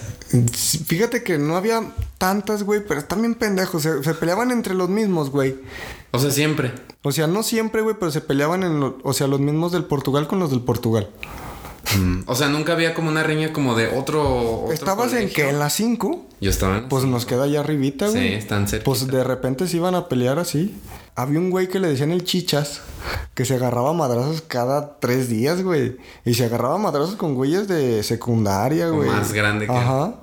Speaker 2: Fíjate que no había tantas, güey, pero están bien pendejos. Se, se peleaban entre los mismos, güey.
Speaker 1: O sea, siempre.
Speaker 2: O sea, no siempre, güey, pero se peleaban en lo- o sea, los mismos del Portugal con los del Portugal.
Speaker 1: Mm, O sea, nunca había como una riña como de otro. otro
Speaker 2: ¿Estabas en
Speaker 1: colegio.
Speaker 2: que en las 5?
Speaker 1: Yo estaba en.
Speaker 2: Pues nos queda allá arribita,
Speaker 1: sí,
Speaker 2: güey.
Speaker 1: están cerca.
Speaker 2: Pues de repente se iban a pelear así. Había un güey que le decían el chichas, que se agarraba a madrazos cada tres días, güey. Y se agarraba a madrazos con güeyes de secundaria,
Speaker 1: O
Speaker 2: güey.
Speaker 1: más grande que él.
Speaker 2: Ajá.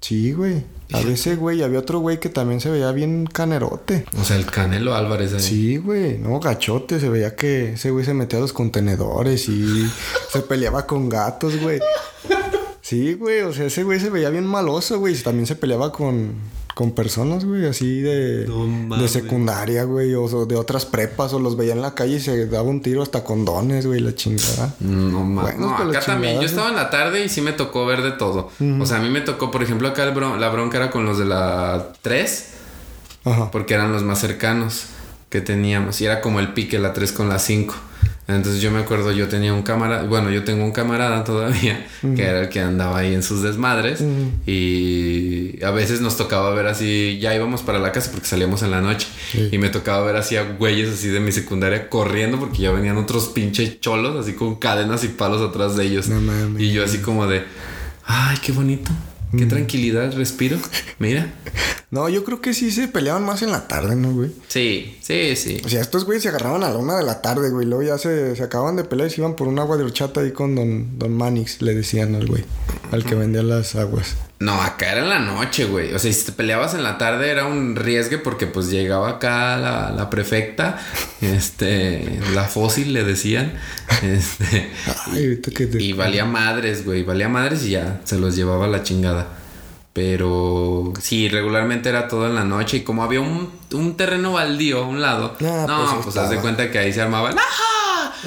Speaker 2: Sí, güey. A veces, güey, había otro güey que también se veía bien canerote.
Speaker 1: O sea, el Canelo Álvarez ahí.
Speaker 2: Sí, güey, no, gachote, se veía que ese güey se metía a los contenedores y se peleaba con gatos, güey. Sí, güey, o sea, ese güey se veía bien maloso, güey, y también se peleaba con, con personas, güey, así de,
Speaker 4: No mames.
Speaker 2: de secundaria, güey, o, o de otras prepas, o los veía en la calle y se daba un tiro hasta con dones, güey, la chingada.
Speaker 1: No mames.
Speaker 2: Bueno,
Speaker 1: No,
Speaker 2: con la
Speaker 1: acá también.
Speaker 2: chingada,
Speaker 1: Yo
Speaker 2: sí.
Speaker 1: estaba en la tarde y sí me tocó ver de todo. O sea, a mí me tocó, por ejemplo, acá el bron- la bronca era con los de la 3,
Speaker 2: Ajá.
Speaker 1: porque eran los más cercanos que teníamos. Y era como el pique la 3 con la 5. Entonces yo me acuerdo, yo tenía un camarada, bueno, yo tengo un camarada todavía, que era el que andaba ahí en sus desmadres. Y a veces nos tocaba ver así, ya íbamos para la casa porque salíamos en la noche. Y me tocaba ver así a güeyes así de mi secundaria corriendo porque ya venían otros pinches cholos, así con cadenas y palos atrás de ellos.
Speaker 2: No mames.
Speaker 1: Y yo así como de, ay, qué bonito, qué tranquilidad, respiro. Mira.
Speaker 2: No, yo creo que sí se peleaban más en la tarde, ¿no, güey?
Speaker 1: Sí, sí, sí.
Speaker 2: O sea, estos güeyes se agarraban a la una de la tarde, güey. Luego ya se, se acababan de pelear y se iban por un agua de horchata ahí con don, don Manix, le decían al güey, al que vendía las aguas.
Speaker 1: No, acá era en la noche, güey. O sea, si te peleabas en la tarde era un riesgo porque pues llegaba acá la, la prefecta, este, la fósil le decían, este,
Speaker 2: Ay, ahorita que te...
Speaker 1: y valía madres, güey, valía madres y ya se los llevaba la chingada. Pero sí, regularmente era todo en la noche y como había un, un terreno baldío a un lado,
Speaker 2: Ah,
Speaker 1: no,
Speaker 2: pues ahí
Speaker 1: pues, haz de
Speaker 2: estaba. Ah,
Speaker 1: cuenta que ahí se armaba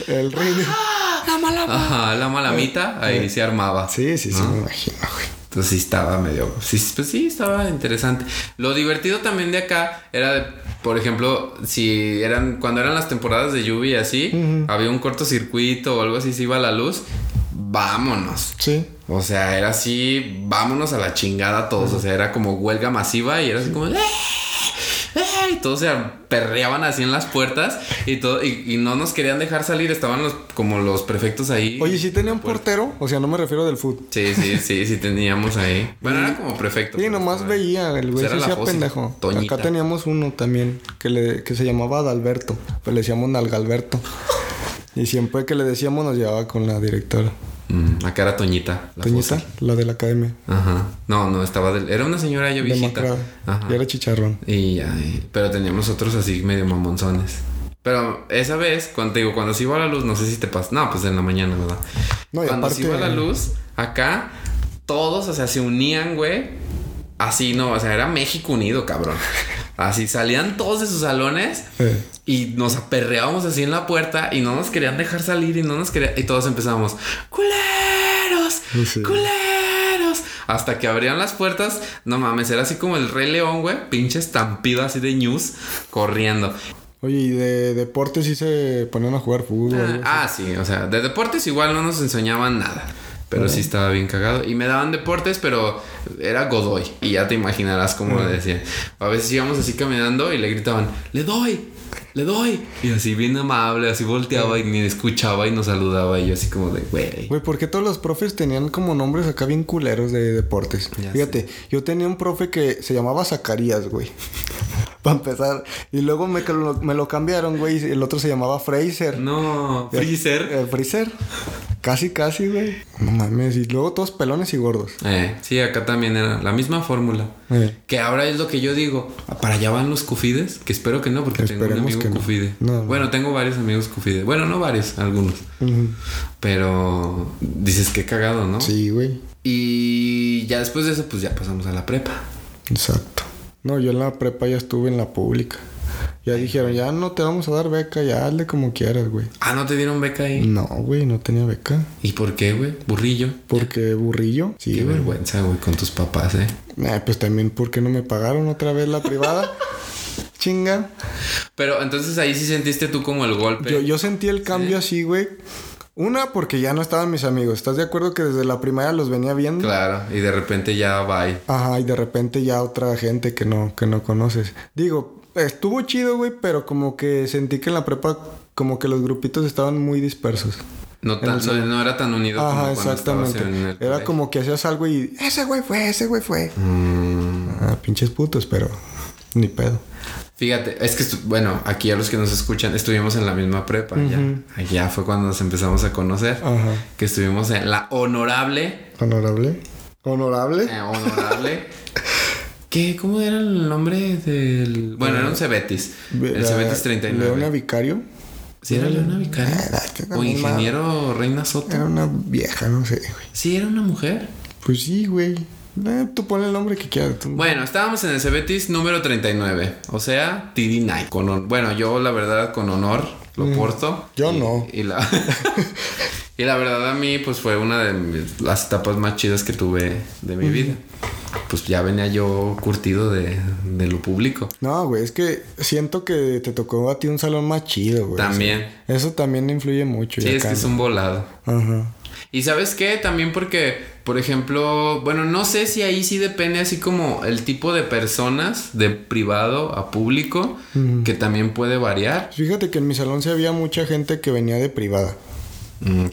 Speaker 2: El rey de-
Speaker 1: Ajá, la malamita, ahí se armaba.
Speaker 2: Ah, Sí, sí, sí,
Speaker 1: ¿no?
Speaker 2: me imagino, güey.
Speaker 1: Entonces sí estaba medio. Sí, pues sí, estaba interesante. Lo divertido también de acá era de, por ejemplo, si eran. Cuando eran las temporadas de lluvia y así, había un cortocircuito o algo así, se iba la luz. Vámonos.
Speaker 2: Sí.
Speaker 1: O sea, era así, vámonos a la chingada todos. O sea, era como huelga masiva y era así como. "¡Eh! ¡Eh!", Y todos se perreaban así en las puertas y todo, y, y no nos querían dejar salir, estaban los, como los prefectos ahí.
Speaker 2: Oye, ¿sí tenían portero? O sea, no me refiero del fútbol.
Speaker 1: Sí, sí, sí, sí teníamos ahí. Bueno, era como prefecto.
Speaker 2: Sí,
Speaker 1: pero
Speaker 2: nomás
Speaker 1: estaba ahí.
Speaker 2: veía,
Speaker 1: Pues
Speaker 2: el güey
Speaker 1: era
Speaker 2: se
Speaker 1: la
Speaker 2: hacía
Speaker 1: Fósil,
Speaker 2: pendejo.
Speaker 1: Toñita.
Speaker 2: Acá teníamos uno también que, le, que se llamaba Adalberto, pero le decíamos Nalgalberto. y siempre que le decíamos nos llevaba con la directora.
Speaker 1: Mm, acá era Toñita. la
Speaker 2: Toñita,
Speaker 1: Fósil.
Speaker 2: la de la academia,
Speaker 1: Ajá. No, no, estaba... del- Era una señora ya viejita.
Speaker 2: demacrada.
Speaker 1: Ajá.
Speaker 2: Y era chicharrón.
Speaker 1: Y ya, y- pero teníamos otros así medio mamonzones. Pero esa vez, cuando te digo, cuando se iba la luz, no sé si te pasa. No, pues en la mañana, ¿verdad?
Speaker 2: No, y
Speaker 1: cuando se iba
Speaker 2: aparte-
Speaker 1: la luz, acá, todos, o sea, se unían, güey. Así, no, o sea, era México unido, cabrón. Así salían todos de sus salones
Speaker 2: Eh.
Speaker 1: y nos aperreábamos así en la puerta y no nos querían dejar salir y no nos querían. Y todos empezábamos, culeros,
Speaker 2: Sí.
Speaker 1: culeros. Hasta que abrían las puertas, no mames, era así como el Rey León, güey, pinche estampido así de news corriendo.
Speaker 2: Oye, y de deportes sí se ponían a jugar fútbol. algo así.
Speaker 1: Ah, sí, o sea, de deportes igual no nos enseñaban nada. Pero sí estaba bien cagado. Y me daban deportes, pero era Godoy. Y ya te imaginarás cómo le decían. A veces íbamos así caminando y le gritaban, le doy, le doy. Y así bien amable, así volteaba y ni escuchaba y nos saludaba. Y yo así como de, güey.
Speaker 2: Güey, ¿por qué todos los profes tenían como nombres acá bien culeros de deportes?
Speaker 1: Ya
Speaker 2: Fíjate, yo tenía un profe que se llamaba Zacarías, güey. Para empezar. Y luego me, que lo- me lo cambiaron, güey. y El otro se llamaba Fraser.
Speaker 1: No,
Speaker 2: Eh,
Speaker 1: Freezer.
Speaker 2: eh, Freezer. Casi, casi, güey. No mames. Y luego todos pelones y gordos.
Speaker 1: Eh, sí, acá también era la misma fórmula.
Speaker 2: Eh.
Speaker 1: Que ahora es lo que yo digo. "Ah, Para allá van los cufides. Que espero que no, porque tengo un
Speaker 2: Esperemos
Speaker 1: amigo
Speaker 2: que no.
Speaker 1: cufide.
Speaker 2: No, no.
Speaker 1: Bueno, tengo varios amigos cufides. Bueno, no varios, algunos.
Speaker 2: Ujú.
Speaker 1: Pero dices que cagado, ¿no?
Speaker 2: Sí, güey.
Speaker 1: Y ya después de eso, pues ya pasamos a la prepa.
Speaker 2: Exacto. No, yo en la prepa ya estuve en la pública. Ya dijeron, ya no te vamos a dar beca, ya hazle como quieras, güey.
Speaker 1: Ah, ¿no te dieron beca ahí?
Speaker 2: No, güey, no tenía beca.
Speaker 1: ¿Y por qué, güey? Burrillo.
Speaker 2: Porque burrillo. Sí,
Speaker 1: Qué
Speaker 2: güey.
Speaker 1: vergüenza, güey, con tus papás, ¿eh?
Speaker 2: Nah, pues también, ¿por qué no me pagaron otra vez la privada? Chinga.
Speaker 1: Pero entonces ahí sí sentiste tú como el golpe.
Speaker 2: Yo, yo sentí el cambio así, güey. Una, porque ya no estaban mis amigos. ¿Estás de acuerdo que desde la primaria los venía viendo?
Speaker 1: Claro, y de repente ya bye.
Speaker 2: Ajá, y de repente ya otra gente que no, que no conoces. Digo, estuvo chido, güey, pero como que sentí que en la prepa, como que los grupitos estaban muy dispersos.
Speaker 1: No, tan- no, no era tan unido
Speaker 2: Ajá,
Speaker 1: como cuando estabas
Speaker 2: exactamente.
Speaker 1: en el
Speaker 2: Era
Speaker 1: colegio.
Speaker 2: como que hacías algo y ese güey fue, ese güey fue.
Speaker 1: Mm.
Speaker 2: Ah, pinches putos, pero ni pedo.
Speaker 1: Fíjate, es que, estu- bueno, aquí a los que nos escuchan, estuvimos en la misma prepa, ya. Allá fue cuando nos empezamos a conocer.
Speaker 2: Ajá.
Speaker 1: Que estuvimos en la honorable
Speaker 2: Honorable. Honorable.
Speaker 1: Eh, honorable. ¿Qué? ¿Cómo era el nombre del...? Bueno, era un Cebetis. El Cebetis 39.
Speaker 2: eh, Leona Vicario.
Speaker 1: ¿Sí era Leona Vicario?
Speaker 2: Ah, este
Speaker 1: ¿O
Speaker 2: también, ma. Eh.
Speaker 1: ingeniero Reina Soto?
Speaker 2: Era una vieja, no sé, güey.
Speaker 1: ¿Sí era una mujer?
Speaker 2: Pues sí, güey. Eh, tú pon el nombre que quieras. tú.
Speaker 1: Bueno, estábamos en el Cebetis número 39, o sea, Tirinay. Con hon- bueno, yo la verdad con honor lo porto.
Speaker 2: Mm, Yo
Speaker 1: Y-
Speaker 2: no.
Speaker 1: Y la, y la verdad a mí pues fue una de mis- las etapas más chidas que tuve de mi vida. Pues ya venía yo curtido de, de lo público.
Speaker 2: No, güey, es que siento que te tocó a ti un salón más chido, güey.
Speaker 1: También.
Speaker 2: Eso también influye mucho.
Speaker 1: Sí,
Speaker 2: ya
Speaker 1: es que
Speaker 2: acá,
Speaker 1: es un volado.
Speaker 2: ¿no? Ajá.
Speaker 1: Y sabes qué, también porque, por ejemplo, bueno, no sé si ahí sí depende así como el tipo de personas, de privado a público, que también puede variar.
Speaker 2: Fíjate que en mi salón sí había mucha gente que venía de privada.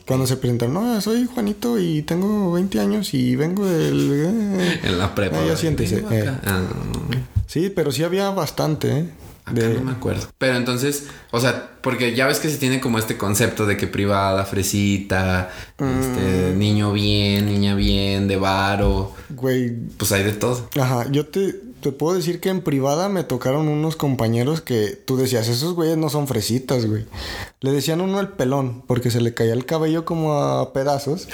Speaker 2: Cuando se presentaron, no, soy Juanito y tengo 20 años y vengo del... eh".
Speaker 1: En la prepa.
Speaker 2: Ah, ya
Speaker 1: ¿verdad?
Speaker 2: siéntese,
Speaker 1: Vengo acá.
Speaker 2: eh.
Speaker 1: Ah, no,
Speaker 2: Sí, pero sí había bastante, ¿eh?
Speaker 1: acá
Speaker 2: De-
Speaker 1: no me acuerdo. Pero entonces, o sea, porque ya ves que se tiene como este concepto de que privada, fresita,
Speaker 2: Mm.
Speaker 1: este, niño bien, niña bien, de varo.
Speaker 2: Güey,
Speaker 1: Pues hay de todo.
Speaker 2: ajá, yo te, te puedo decir que en privada me tocaron unos compañeros que tú decías, esos güeyes no son fresitas, güey. Le decían uno el pelón porque se le caía el cabello como a pedazos.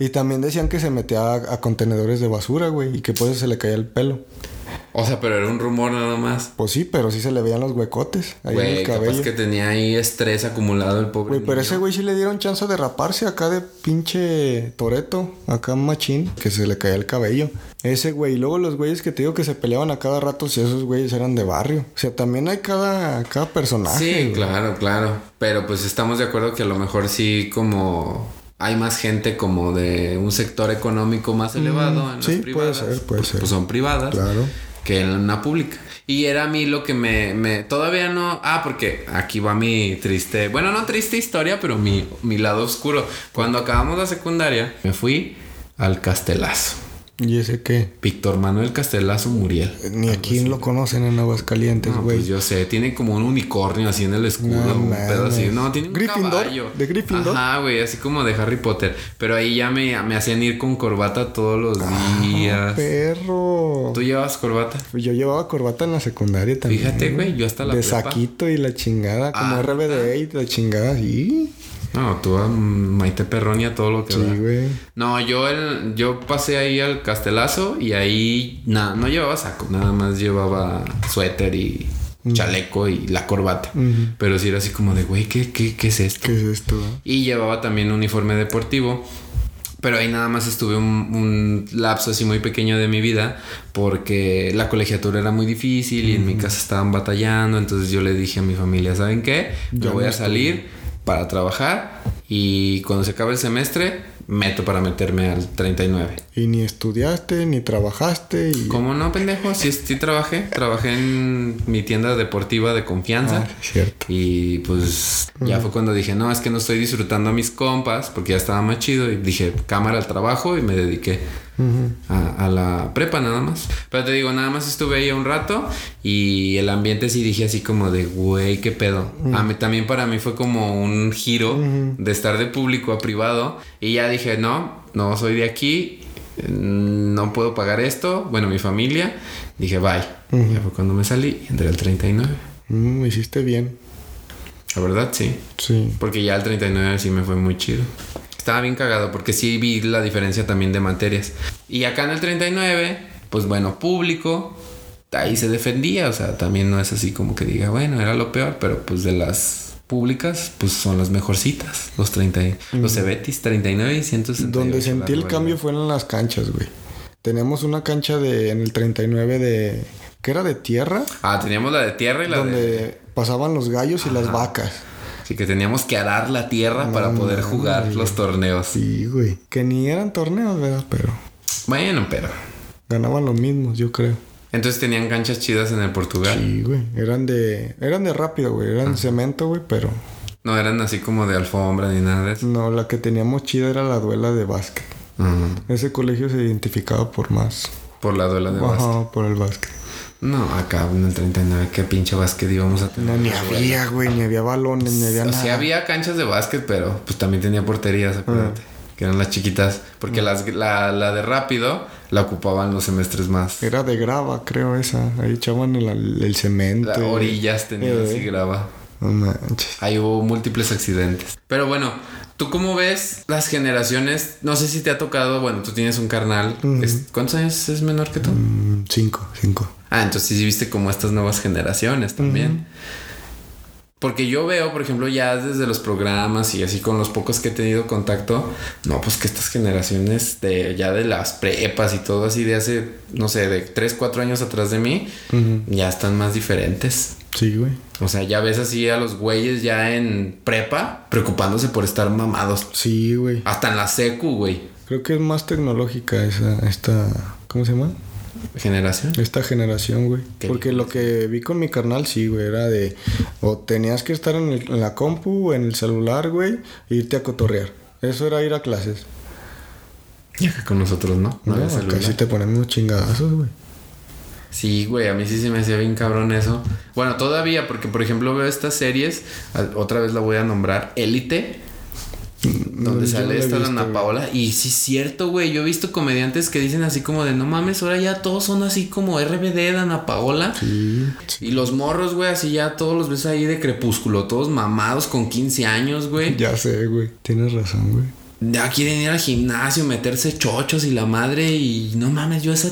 Speaker 2: Y también decían que se metía a, a contenedores de basura, güey, y que por eso se le caía el pelo.
Speaker 1: O sea, pero era un rumor nada más.
Speaker 2: Pues sí, pero sí se le veían los huecotes ahí en
Speaker 1: Güey,
Speaker 2: el
Speaker 1: capaz
Speaker 2: cabello.
Speaker 1: que tenía ahí estrés acumulado el pobre.
Speaker 2: Güey, pero
Speaker 1: niño.
Speaker 2: ese güey sí le dieron chance de raparse acá de pinche Toreto, acá machín, que se le caía el cabello. Ese güey, y luego los güeyes que te digo que se peleaban a cada rato, si esos güeyes eran de barrio. O sea, también hay cada, cada personaje.
Speaker 1: Sí,
Speaker 2: güey.
Speaker 1: claro, claro. Pero pues estamos de acuerdo que a lo mejor sí como hay más gente como de un sector económico más elevado en
Speaker 2: Mm, sí,
Speaker 1: las
Speaker 2: puede
Speaker 1: privadas.
Speaker 2: ser, puede
Speaker 1: porque,
Speaker 2: ser.
Speaker 1: Pues son privadas.
Speaker 2: Claro.
Speaker 1: Que en una pública. Y era a mí lo que me, me- Todavía no... Ah, porque aquí va mi triste... Bueno, no triste historia, pero mi, mi lado oscuro. Cuando acabamos la secundaria, me fui al Castelazo.
Speaker 2: ¿Y ese qué?
Speaker 1: Víctor Manuel Castelazo Muriel.
Speaker 2: Ni aquí lo conocen en Aguascalientes,
Speaker 1: Ah, pues No,
Speaker 2: güey.
Speaker 1: pues yo sé, tiene como un unicornio así en el escudo,
Speaker 2: No
Speaker 1: un
Speaker 2: mames.
Speaker 1: pedo así. No, tiene un
Speaker 2: Gryffindor,
Speaker 1: caballo.
Speaker 2: de Gryffindor.
Speaker 1: Ajá, güey, así como de Harry Potter. Pero ahí ya me, me hacían ir con corbata todos los
Speaker 2: Ah,
Speaker 1: días.
Speaker 2: Perro. Pues
Speaker 1: ¿Tú llevas corbata?
Speaker 2: Yo llevaba corbata en la secundaria también.
Speaker 1: Fíjate, güey, yo hasta la
Speaker 2: De
Speaker 1: prepa.
Speaker 2: saquito y la chingada, como
Speaker 1: Ah,
Speaker 2: RBD y la chingada. Y...
Speaker 1: No, tú a Maite Perroni a todo lo que
Speaker 2: Sí,
Speaker 1: da.
Speaker 2: güey.
Speaker 1: No, yo el- yo pasé ahí al Castelazo y ahí nada, no llevaba saco, nada más llevaba suéter y chaleco y la corbata. Pero sí era así como de, güey, ¿qué, qué, ¿qué es esto?
Speaker 2: ¿Qué es esto? eh?
Speaker 1: Y llevaba también uniforme deportivo. Pero ahí nada más estuve un, un lapso así muy pequeño de mi vida porque la colegiatura era muy difícil y en mi casa estaban batallando. Entonces yo le dije a mi familia, ¿saben qué? Yo voy a salir para trabajar y cuando se acabe el semestre meto para meterme al 39.
Speaker 2: Y ni estudiaste, ni trabajaste. Y...
Speaker 1: ¿Cómo no, pendejo? Sí, sí trabajé. Trabajé en mi tienda deportiva de confianza.
Speaker 2: Ah, cierto.
Speaker 1: Y pues ya fue cuando dije, no, es que no estoy disfrutando a mis compas porque ya estaba más chido. Y dije, cámara al trabajo y me dediqué a, a la prepa nada más. Pero te digo, nada más estuve ahí un rato y el ambiente sí dije así como de, güey, qué pedo. A mí también para mí fue como un giro de estar de público a privado. Y ya dije, no, no soy de aquí. eh, No puedo pagar esto. Bueno, mi familia. Dije, bye. Ya fue cuando me salí. Entré al 39.
Speaker 2: Mm, hiciste bien.
Speaker 1: La verdad, sí.
Speaker 2: Sí.
Speaker 1: Porque ya el 39 sí me fue muy chido. Estaba bien cagado porque sí vi la diferencia también de materias. Y acá en el 39, pues bueno, público, ahí se defendía. O sea, también no es así como que diga, bueno, era lo peor, pero pues de las públicas, pues son las mejorcitas. Los 30, y- los Cebetis 39 y 168.
Speaker 2: Mm. Donde sentí el
Speaker 1: la
Speaker 2: cambio fue en las canchas, güey. Tenemos una cancha de en el 39 de que era de tierra,
Speaker 1: verdad. Ah, teníamos la de tierra y la
Speaker 2: donde
Speaker 1: de...
Speaker 2: pasaban los gallos y las vacas.
Speaker 1: Sí, que teníamos que arar la tierra para poder jugar los torneos.
Speaker 2: Sí, güey. Que ni eran torneos, ¿verdad? Pero
Speaker 1: Bueno, pero...
Speaker 2: ganaban los mismos, yo creo.
Speaker 1: Entonces tenían canchas chidas en el Portugal.
Speaker 2: Sí, güey. Eran de eran de rápido, güey. Eran cemento, güey, pero
Speaker 1: No eran así como de alfombra ni nada de eso.
Speaker 2: no la que teníamos chida era la duela de básquet.
Speaker 1: Ujú.
Speaker 2: Ese colegio se identificaba por más.
Speaker 1: Por la duela de básquet.
Speaker 2: Ajá, por el básquet.
Speaker 1: No, acá en el 39, qué pinche básquet íbamos a tener.
Speaker 2: No, ni había, güey, ni había balones, ni había
Speaker 1: Ah, o
Speaker 2: nada.
Speaker 1: sea, había canchas de básquet, pero pues también tenía porterías, acuérdate. Que eran las chiquitas. Porque las, la, la de rápido la ocupaban los semestres más.
Speaker 2: Era de grava, creo esa. Ahí echaban el, el
Speaker 1: La-
Speaker 2: cemento.
Speaker 1: orillas tenían
Speaker 2: Eh,
Speaker 1: así grava.
Speaker 2: No manches.
Speaker 1: Ahí hubo múltiples accidentes. Pero bueno, ¿tú cómo ves las generaciones? No sé si te ha tocado, bueno, tú tienes un carnal. es- ¿Cuántos años es menor que tú?
Speaker 2: Mm, Cinco, cinco.
Speaker 1: Ah, entonces sí viste como estas nuevas generaciones también. Porque yo veo, por ejemplo, ya desde los programas y así con los pocos que he tenido contacto, no, pues que estas generaciones de ya de las prepas y todo así de hace, no sé, de 3, 4 años atrás de mí, ya están más diferentes.
Speaker 2: Sí, güey.
Speaker 1: O sea, ya ves así a los güeyes ya en prepa preocupándose por estar mamados.
Speaker 2: Sí, güey.
Speaker 1: Hasta en la secu, güey.
Speaker 2: Creo que es más tecnológica esa, esta, ¿cómo se llama?
Speaker 1: Generación.
Speaker 2: Esta generación, güey.
Speaker 1: ¿Qué
Speaker 2: Porque lo que vi con mi carnal, sí, güey, era de, o tenías que estar en, el- en la compu, o en el celular, güey, e irte a cotorrear. Eso era ir a clases.
Speaker 1: Y acá con nosotros, ¿no? No,
Speaker 2: No,
Speaker 1: había
Speaker 2: acá
Speaker 1: celular.
Speaker 2: sí te ponen unos chingadazos, güey.
Speaker 1: Sí, güey, a mí sí se me hacía bien cabrón eso. Bueno, todavía, porque por ejemplo veo estas series, al- otra vez la voy a nombrar, Élite, donde
Speaker 2: Mm, yo no
Speaker 1: sale
Speaker 2: la he
Speaker 1: esta
Speaker 2: visto,
Speaker 1: Dana
Speaker 2: güey.
Speaker 1: Paola. Y sí, es cierto, güey, yo he visto comediantes que dicen así como de, no mames, ahora ya todos son así como RBD, Dana Paola.
Speaker 2: Sí,
Speaker 1: Y los morros, güey, así ya todos los ves ahí de crepúsculo, todos mamados con 15 años, güey.
Speaker 2: ya sé, güey. Tienes razón, güey.
Speaker 1: Ya quieren ir al gimnasio, meterse chochos y la madre. Y no mames, yo esa.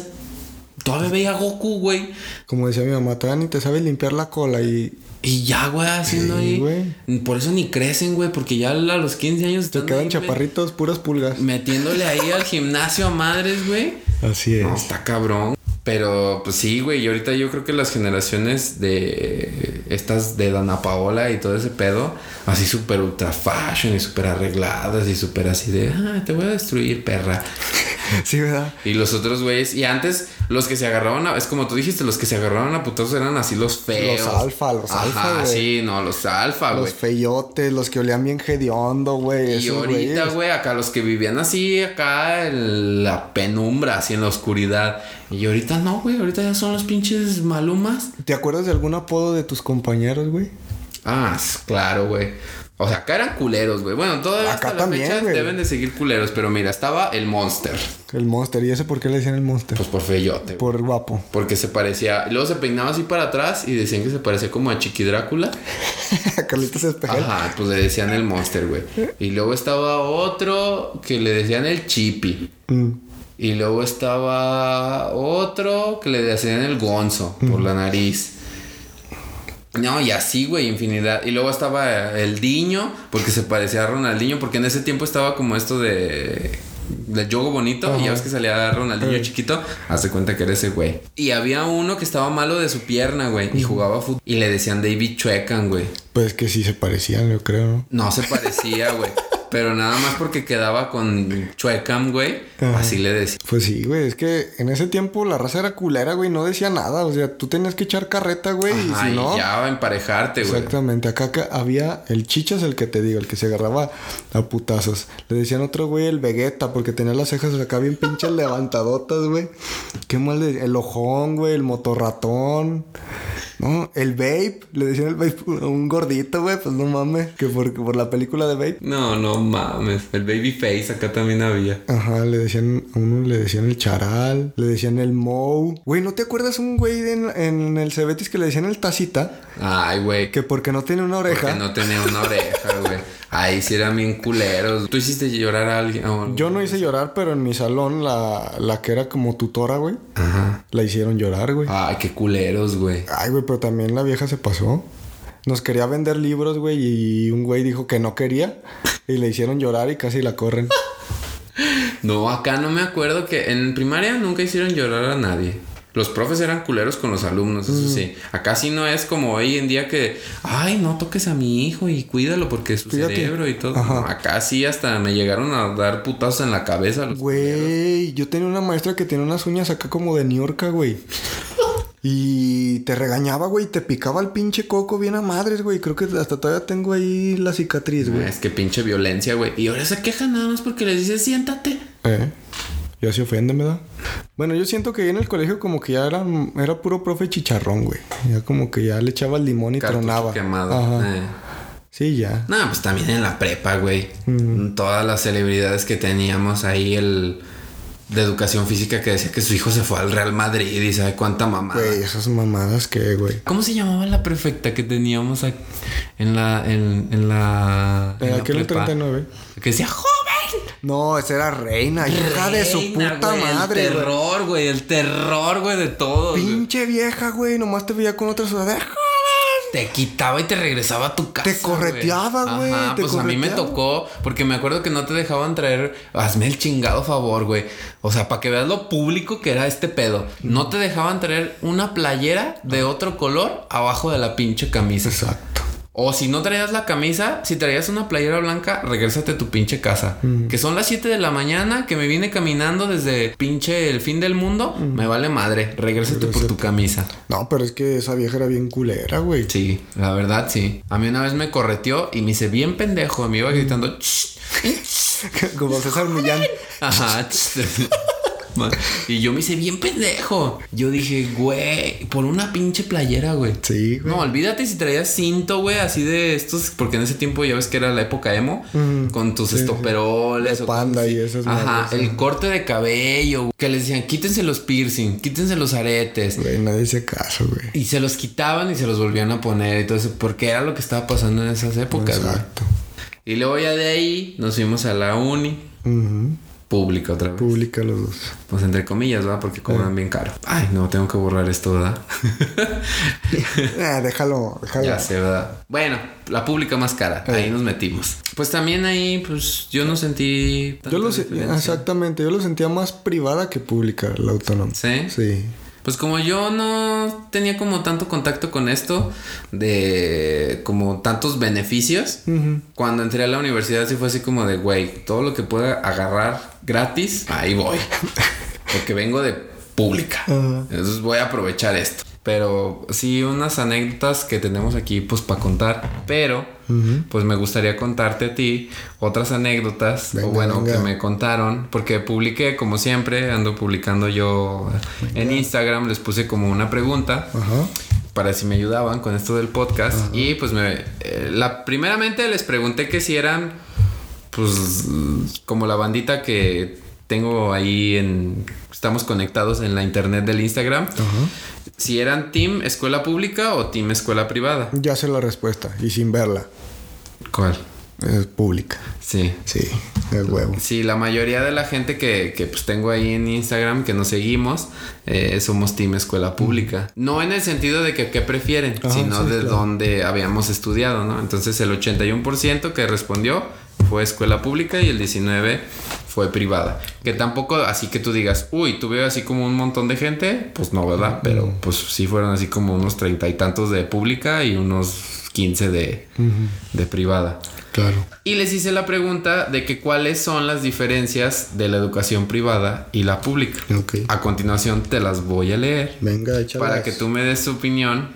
Speaker 1: Todavía veía a Goku, güey.
Speaker 2: Como decía mi mamá, todavía ni te sabes limpiar la cola y
Speaker 1: Y ya, güey, haciendo
Speaker 2: Sí,
Speaker 1: ahí.
Speaker 2: güey.
Speaker 1: Por eso ni crecen, güey, porque ya a los 15 años
Speaker 2: te
Speaker 1: están
Speaker 2: quedan
Speaker 1: ahí, güey,
Speaker 2: chaparritos, puras pulgas.
Speaker 1: Metiéndole ahí al gimnasio a madres, güey.
Speaker 2: Así es.
Speaker 1: No, está cabrón. Pero pues sí, güey. Y ahorita yo creo que las generaciones de estas de Dana Paola y todo ese pedo, así súper ultra fashion y súper arregladas y súper así de, ah, te voy a destruir, perra.
Speaker 2: Sí, ¿verdad?
Speaker 1: Y los otros güeyes, y antes los que se agarraban, a- es como tú dijiste, los que se agarraban a putos eran así los feos.
Speaker 2: Los alfa, los
Speaker 1: Ajá,
Speaker 2: alfa, güey.
Speaker 1: sí, no, los alfa,
Speaker 2: Los
Speaker 1: güey.
Speaker 2: feyotes, los que olían bien hediondo, güey.
Speaker 1: Y
Speaker 2: esos
Speaker 1: ahorita,
Speaker 2: güeyes.
Speaker 1: güey, acá los que vivían así, acá en la penumbra, así en la oscuridad. Y ahorita no, güey, ahorita ya son los pinches malumas.
Speaker 2: ¿Te acuerdas de algún apodo de tus compañeros, güey?
Speaker 1: Ah, s- claro, güey. O sea, acá eran culeros, güey. Bueno, todavía
Speaker 2: Acá
Speaker 1: hasta la
Speaker 2: también,
Speaker 1: fecha
Speaker 2: güey.
Speaker 1: deben de seguir culeros, pero mira, estaba el Monster,
Speaker 2: El Monster. ¿Y ese por qué le decían el Monster?
Speaker 1: pues por feyote. güey.
Speaker 2: por guapo.
Speaker 1: Porque se parecía, y luego se peinaba así para atrás y decían que se parecía como a Chiqui Drácula.
Speaker 2: Carlitos Espejel.
Speaker 1: Ajá, pues le decían el Monster, güey. Y luego estaba otro que le decían el Chippy.
Speaker 2: Mm.
Speaker 1: Y luego estaba otro que le decían el gonzo por la nariz. No, y así, güey, infinidad. Y luego estaba el Diño, porque se parecía a Ronaldinho, porque en ese tiempo estaba como esto de. Del juego bonito, y ya ves que salía Ronaldinho chiquito, hace cuenta que era ese güey. Y había uno que estaba malo de su pierna, güey, y jugaba fútbol. Y le decían David Chuecan, güey.
Speaker 2: Pues que sí se parecían, yo creo, ¿no?
Speaker 1: No se parecía, güey. Pero nada más porque quedaba con Chuecan, güey.
Speaker 2: Ajá.
Speaker 1: Así le decían.
Speaker 2: Pues sí, güey, es que en ese tiempo la raza era culera, güey, no decía nada, o sea, tú tenías que echar carreta, güey,
Speaker 1: Ajá, y
Speaker 2: y si no...
Speaker 1: ya va a emparejarte, güey.
Speaker 2: Exactamente, acá, acá había el chichas, el que te digo, el que se agarraba a putazos. Le decían otro güey el Vegeta, porque tenía las cejas acá bien pinches levantadotas, güey. Qué mal, de- el ojón, güey, el motorratón. No, el vape, le decían el vape, a un gordito, güey, pues no mames, que por, por la película de vape.
Speaker 1: No, no mames. El Babyface acá también había.
Speaker 2: Ajá, le decían, a uno le decían el charal, le decían el mou. Güey, ¿no te acuerdas un güey de en, en el Cebetis que le decían el tacita?
Speaker 1: Ay, güey.
Speaker 2: Que porque no tiene una
Speaker 1: Que
Speaker 2: oreja.
Speaker 1: no tenía una oreja, güey. Ahí sí eran bien culeros. ¿Tú hiciste llorar a alguien? Oh, o algo?
Speaker 2: Yo no hice llorar, pero en mi salón, la, la que era como tutora, güey,
Speaker 1: Ajá.
Speaker 2: la hicieron llorar, güey.
Speaker 1: Ay, qué culeros, güey.
Speaker 2: Ay, güey, pero también la vieja se pasó. Nos quería vender libros, güey, y un güey dijo que no quería. Y le hicieron llorar y casi la corren.
Speaker 1: No, acá no me acuerdo que en primaria nunca hicieron llorar a nadie. Los profes eran culeros con los alumnos,
Speaker 2: Mm.
Speaker 1: eso sí. Acá sí no es como hoy en día que, ay, no toques a mi hijo y cuídalo porque es su
Speaker 2: Fíjate.
Speaker 1: cerebro y todo.
Speaker 2: Ajá.
Speaker 1: No, acá sí hasta me llegaron a dar putazos en la cabeza. Los
Speaker 2: Güey, yo tenía una maestra que tenía unas uñas acá como de New York, güey. Y te regañaba, güey, te picaba el pinche coco bien a madres, güey. Creo que hasta todavía tengo ahí la cicatriz, güey.
Speaker 1: Es que pinche violencia, güey. Y ahora se quejan nada más porque les dices, siéntate.
Speaker 2: Eh. Ya se ofende, ¿verdad? Bueno, yo siento que en el colegio como que ya era, era puro profe chicharrón, güey. Ya como que ya le echaba el limón y
Speaker 1: Cartucho
Speaker 2: tronaba.
Speaker 1: quemado.
Speaker 2: Ajá.
Speaker 1: Eh.
Speaker 2: Sí, ya.
Speaker 1: No, pues
Speaker 2: Mm.
Speaker 1: también en la prepa, güey. Todas las celebridades que teníamos ahí, el. de educación física que decía que su hijo se fue al Real Madrid y sabe cuánta mamada.
Speaker 2: Güey, esas mamadas que, güey.
Speaker 1: ¿Cómo se llamaba la prefecta que teníamos ac- en la. en, en la.
Speaker 2: En
Speaker 1: la
Speaker 2: aquel
Speaker 1: prepa?
Speaker 2: 39.
Speaker 1: Que decía joven.
Speaker 2: No, esa era reina, hija de su
Speaker 1: Reina,
Speaker 2: puta
Speaker 1: güey,
Speaker 2: madre,
Speaker 1: El
Speaker 2: güey.
Speaker 1: terror, güey. El terror, güey, de todo.
Speaker 2: Pinche vieja, güey. Nomás te veía con otra sudadera.
Speaker 1: Te quitaba y te regresaba a tu casa.
Speaker 2: Te correteaba, güey,
Speaker 1: Ajá,
Speaker 2: te
Speaker 1: pues a mí me
Speaker 2: correteaba.
Speaker 1: tocó, porque me acuerdo que no te dejaban traer. Hazme el chingado favor, güey. O sea, para que veas lo público que era este pedo. No te dejaban traer una playera de
Speaker 2: Ah.
Speaker 1: otro color abajo de la pinche camisa.
Speaker 2: Exacto.
Speaker 1: O si no traías la camisa, si traías una playera blanca, regrésate a tu pinche casa.
Speaker 2: Mm.
Speaker 1: Que son las 7 de la mañana, que me vine caminando desde pinche el fin del mundo.
Speaker 2: Mm.
Speaker 1: Me vale madre. Regrésate por tu camisa.
Speaker 2: No, pero es que esa vieja era bien culera, güey.
Speaker 1: Sí, la verdad sí. A mí una vez me correteó y me hice bien pendejo. Me iba gritando. "Shh".
Speaker 2: Como César Millán.
Speaker 1: Ajá. "Shh". y yo me hice bien pendejo. Yo dije, güey, por una pinche playera, güey.
Speaker 2: Sí, güey.
Speaker 1: No, olvídate si traías cinto, güey, así de estos, porque en ese tiempo ya ves que era la época emo,
Speaker 2: Mm,
Speaker 1: con tus
Speaker 2: sí, sí.
Speaker 1: estoperoles. o
Speaker 2: Panda
Speaker 1: cosas así.
Speaker 2: y esas
Speaker 1: Ajá,
Speaker 2: madres,
Speaker 1: el
Speaker 2: ajá.
Speaker 1: corte de cabello, güey, que les decían, quítense los piercing, quítense los aretes.
Speaker 2: Güey, nadie se casa, güey.
Speaker 1: Y se los quitaban y se los volvían a poner y todo eso, porque era lo que estaba pasando en esas épocas, güey.
Speaker 2: Exacto.
Speaker 1: Y luego ya de ahí nos fuimos a la uni
Speaker 2: Ujú.
Speaker 1: pública otra vez.
Speaker 2: Pública los dos.
Speaker 1: Pues entre comillas, ¿verdad? Porque
Speaker 2: Eh.
Speaker 1: cobran bien caro. Ay, no, tengo que borrar esto, ¿verdad?
Speaker 2: Ah, déjalo, déjalo.
Speaker 1: ya sé, ¿verdad? Bueno, la pública más cara.
Speaker 2: Eh.
Speaker 1: Ahí nos metimos. Pues también ahí, pues yo no sentí. tanta
Speaker 2: Yo lo sé,
Speaker 1: diferencia.
Speaker 2: exactamente, yo lo sentía más privada que pública, la autónoma.
Speaker 1: ¿Sí?
Speaker 2: Sí.
Speaker 1: Pues como yo no tenía como tanto contacto con esto de como tantos beneficios, cuando entré a la universidad sí fue así como de, güey, todo lo que pueda agarrar gratis, ahí voy. Porque vengo de pública.
Speaker 2: Ajá.
Speaker 1: Entonces voy a aprovechar esto. Pero sí, unas anécdotas que tenemos aquí pues para contar. Pero pues me gustaría contarte a ti otras anécdotas. o
Speaker 2: Venga,
Speaker 1: bueno,
Speaker 2: venga.
Speaker 1: que me contaron, porque publiqué, como siempre, ando publicando yo en Instagram, les puse como una pregunta
Speaker 2: Ajá.
Speaker 1: para si me ayudaban con esto del podcast. Y pues me. eh, la, primeramente les pregunté que si eran, pues, como la bandita que tengo ahí en. Estamos conectados en la internet del Instagram. Si eran team escuela pública o team escuela privada.
Speaker 2: Ya sé la respuesta y sin verla.
Speaker 1: ¿Cuál?
Speaker 2: Es pública.
Speaker 1: Sí.
Speaker 2: Sí, el huevo.
Speaker 1: Sí, la mayoría de la gente que, que, pues tengo ahí en Instagram que nos seguimos eh, somos Team Escuela Pública. No en el sentido de que qué prefieren,
Speaker 2: Ah,
Speaker 1: sino
Speaker 2: Mm. sí,
Speaker 1: de
Speaker 2: claro.
Speaker 1: dónde habíamos estudiado, ¿no? Entonces el 81% que respondió fue escuela pública y el 19 fue privada. Que tampoco así que tú digas, uy, tuve así como un montón de gente, pues no,
Speaker 2: Mm.
Speaker 1: ¿verdad? Pero pues sí fueron así como unos treinta y tantos de pública y unos 15 de, de privada.
Speaker 2: Claro.
Speaker 1: Y les hice la pregunta de que cuáles son las diferencias de la educación privada y la pública.
Speaker 2: Ok.
Speaker 1: A continuación te las voy a leer
Speaker 2: Venga, échalas.
Speaker 1: para que tú me des tu opinión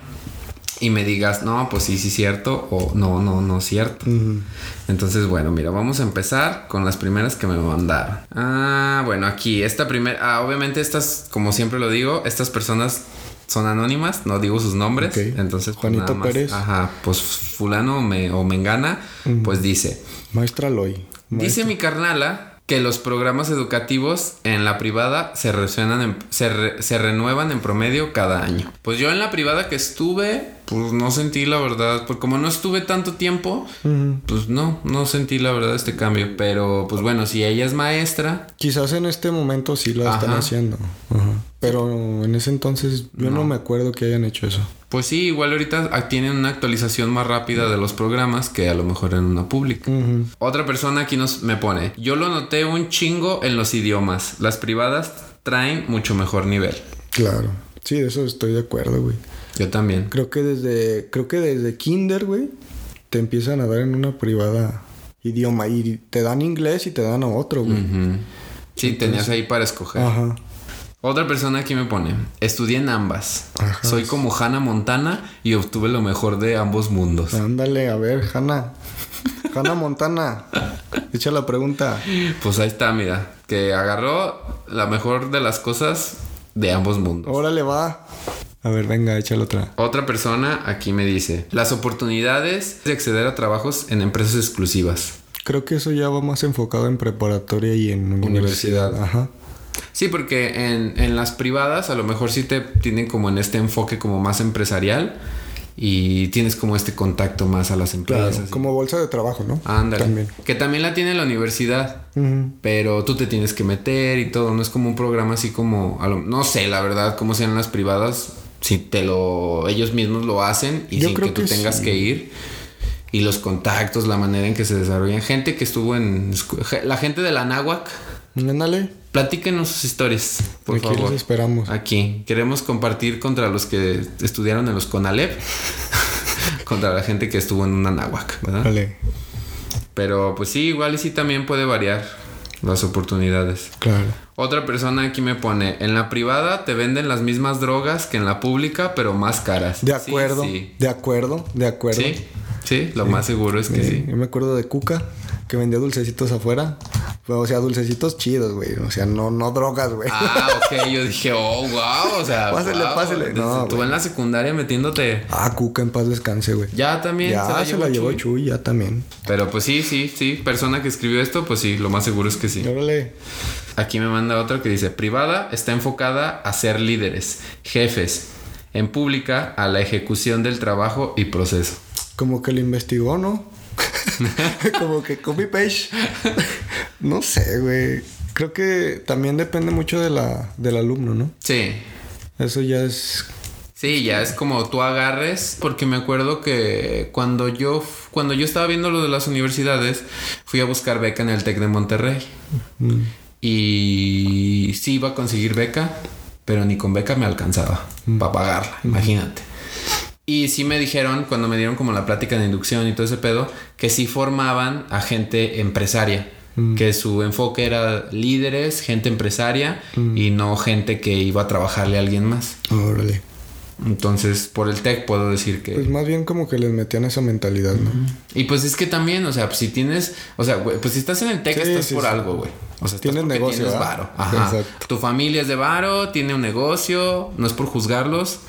Speaker 1: y me digas, no, pues sí, sí, cierto o no, no, no, cierto.
Speaker 2: Ujú.
Speaker 1: Entonces, bueno, mira, vamos a empezar con las primeras que me mandaron. Ah, bueno, aquí, esta primera, ah, obviamente estas, como siempre lo digo, estas personas son anónimas, no digo sus nombres.
Speaker 2: Ok.
Speaker 1: Entonces, pues,
Speaker 2: Juanito
Speaker 1: nada más,
Speaker 2: Pérez.
Speaker 1: Ajá, pues fulano me, o mengana, pues dice.
Speaker 2: Maestra Loy. Ma-
Speaker 1: Dice mi carnala que los programas educativos en la privada se, resuenan en- se, re- se renuevan en promedio cada año. Pues yo en la privada que estuve, pues no sentí la verdad, porque como no estuve tanto tiempo, pues no, no sentí la verdad este cambio. Pero pues bueno, si ella es maestra,
Speaker 2: Quizás en este momento sí la están
Speaker 1: Ajá.
Speaker 2: haciendo. Ajá. Pero en ese entonces yo no. me acuerdo que hayan hecho eso.
Speaker 1: pues sí, igual ahorita ah, tienen una actualización más rápida de los programas que a lo mejor en una pública.
Speaker 2: Ujú.
Speaker 1: Otra persona aquí nos me pone, yo lo noté un chingo en los idiomas. Las privadas traen mucho mejor nivel.
Speaker 2: Claro. Sí, de eso estoy de acuerdo, güey.
Speaker 1: Yo también.
Speaker 2: Creo que desde, creo que desde kinder, güey, te empiezan a dar en una privada idioma y te dan inglés y te dan otro, güey.
Speaker 1: Ujú. Sí, tenías ahí para escoger.
Speaker 2: Ajá.
Speaker 1: Otra persona aquí me pone, estudié en ambas.
Speaker 2: Ajá.
Speaker 1: Soy como Hannah Montana y obtuve lo mejor de ambos mundos.
Speaker 2: Ándale, a ver, Hanna. Hanna Montana. Echa la pregunta.
Speaker 1: Pues ahí está, mira, que agarró la mejor de las cosas de ambos mundos.
Speaker 2: Órale, va. A ver, venga, échale otra.
Speaker 1: Otra persona aquí me dice, las oportunidades de acceder a trabajos en empresas exclusivas.
Speaker 2: Creo que eso ya va más enfocado en preparatoria y en universidad.
Speaker 1: Universidad.
Speaker 2: Ajá.
Speaker 1: Sí, porque en, en las privadas a lo mejor sí te tienen como en este enfoque como más empresarial y tienes como este contacto más a las
Speaker 2: Claro,
Speaker 1: empresas. y-
Speaker 2: como bolsa de trabajo, ¿no?
Speaker 1: Ándale.
Speaker 2: También.
Speaker 1: Que también la tiene la universidad.
Speaker 2: Ujú.
Speaker 1: Pero tú te tienes que meter y todo. No es como un programa así como. a lo- no sé, la verdad, cómo sean las privadas. Si te lo. Ellos mismos lo hacen y
Speaker 2: Yo
Speaker 1: sin
Speaker 2: creo
Speaker 1: que tú
Speaker 2: que
Speaker 1: tengas
Speaker 2: sí.
Speaker 1: que ir. Y los contactos, la manera en que se desarrollan. Gente que estuvo en. escu- je- La gente de la Náhuac.
Speaker 2: Ándale.
Speaker 1: Platíquenos sus historias, por
Speaker 2: Aquí
Speaker 1: favor.
Speaker 2: los esperamos.
Speaker 1: Aquí. Queremos compartir contra los que estudiaron en los Conalep. contra la gente que estuvo en una Náhuac, ¿verdad?
Speaker 2: Ándale.
Speaker 1: Pero pues sí, igual y sí también puede variar las oportunidades.
Speaker 2: Claro.
Speaker 1: Otra persona aquí me pone, en la privada te venden las mismas drogas que en la pública, pero más caras.
Speaker 2: De acuerdo.
Speaker 1: Sí,
Speaker 2: De acuerdo. De acuerdo.
Speaker 1: sí. Sí, sí, lo más seguro es que sí.
Speaker 2: Yo me acuerdo de Cuca, que vendía dulcecitos afuera. Pero, o sea, dulcecitos chidos, güey. O sea, no, no drogas, güey.
Speaker 1: Ah, ok, yo dije, oh, wow, o sea,
Speaker 2: Pásele,
Speaker 1: wow.
Speaker 2: pásele.
Speaker 1: Desde
Speaker 2: No,
Speaker 1: tú
Speaker 2: güey.
Speaker 1: en la secundaria metiéndote.
Speaker 2: Ah, Cuca, en paz descanse, güey.
Speaker 1: Ya también
Speaker 2: Ya se la llevó
Speaker 1: Chuy.
Speaker 2: Chuy, ya también.
Speaker 1: Pero pues sí, sí, sí, persona que escribió esto, pues sí, lo más seguro es que sí.
Speaker 2: Órale.
Speaker 1: Aquí me manda otro que dice, privada está enfocada a ser líderes, jefes. En pública, a la ejecución del trabajo y proceso.
Speaker 2: Como que lo investigó, ¿no? Como que copy page. no sé, güey. Creo que también depende mucho de la, del alumno, ¿no?
Speaker 1: Sí.
Speaker 2: Eso ya es.
Speaker 1: Sí, ya es como tú agarres, porque me acuerdo que cuando yo, cuando yo estaba viendo lo de las universidades, fui a buscar beca en el TEC de Monterrey. Y sí iba a conseguir beca, pero ni con beca me alcanzaba para pagarla, imagínate. Y sí me dijeron, cuando me dieron como la plática de inducción y todo ese pedo, que sí formaban a gente empresaria. Que su enfoque era líderes, gente empresaria y no gente que iba a trabajarle a alguien más.
Speaker 2: Órale.
Speaker 1: Entonces, por el tech puedo decir que...
Speaker 2: Pues más bien como que les metían esa mentalidad, ¿no?
Speaker 1: y pues es que también, o sea, pues si tienes... O sea, güey, pues si estás en el tech
Speaker 2: Sí,
Speaker 1: estás
Speaker 2: sí,
Speaker 1: por
Speaker 2: sí.
Speaker 1: algo, güey. O sea, estás
Speaker 2: Tienes
Speaker 1: porque
Speaker 2: negocio,
Speaker 1: Tienes
Speaker 2: ¿verdad?
Speaker 1: varo. Ajá.
Speaker 2: Exacto.
Speaker 1: Tu familia es de varo, tiene un negocio, no es por juzgarlos.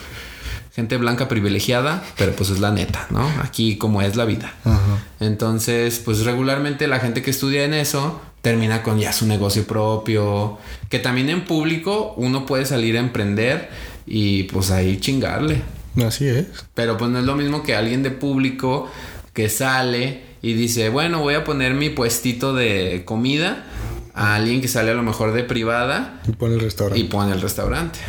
Speaker 1: Gente blanca privilegiada, pero pues es la neta, ¿no? Aquí como es la vida.
Speaker 2: Ajá.
Speaker 1: Entonces, pues regularmente la gente que estudia en eso termina con ya su negocio propio, que también en público uno puede salir a emprender y pues ahí chingarle.
Speaker 2: Así es.
Speaker 1: Pero pues no es lo mismo que alguien de público que sale y dice, bueno, voy a poner mi puestito de comida a alguien que sale a lo mejor de privada
Speaker 2: Y pone el restaurante.
Speaker 1: y pone el restaurante.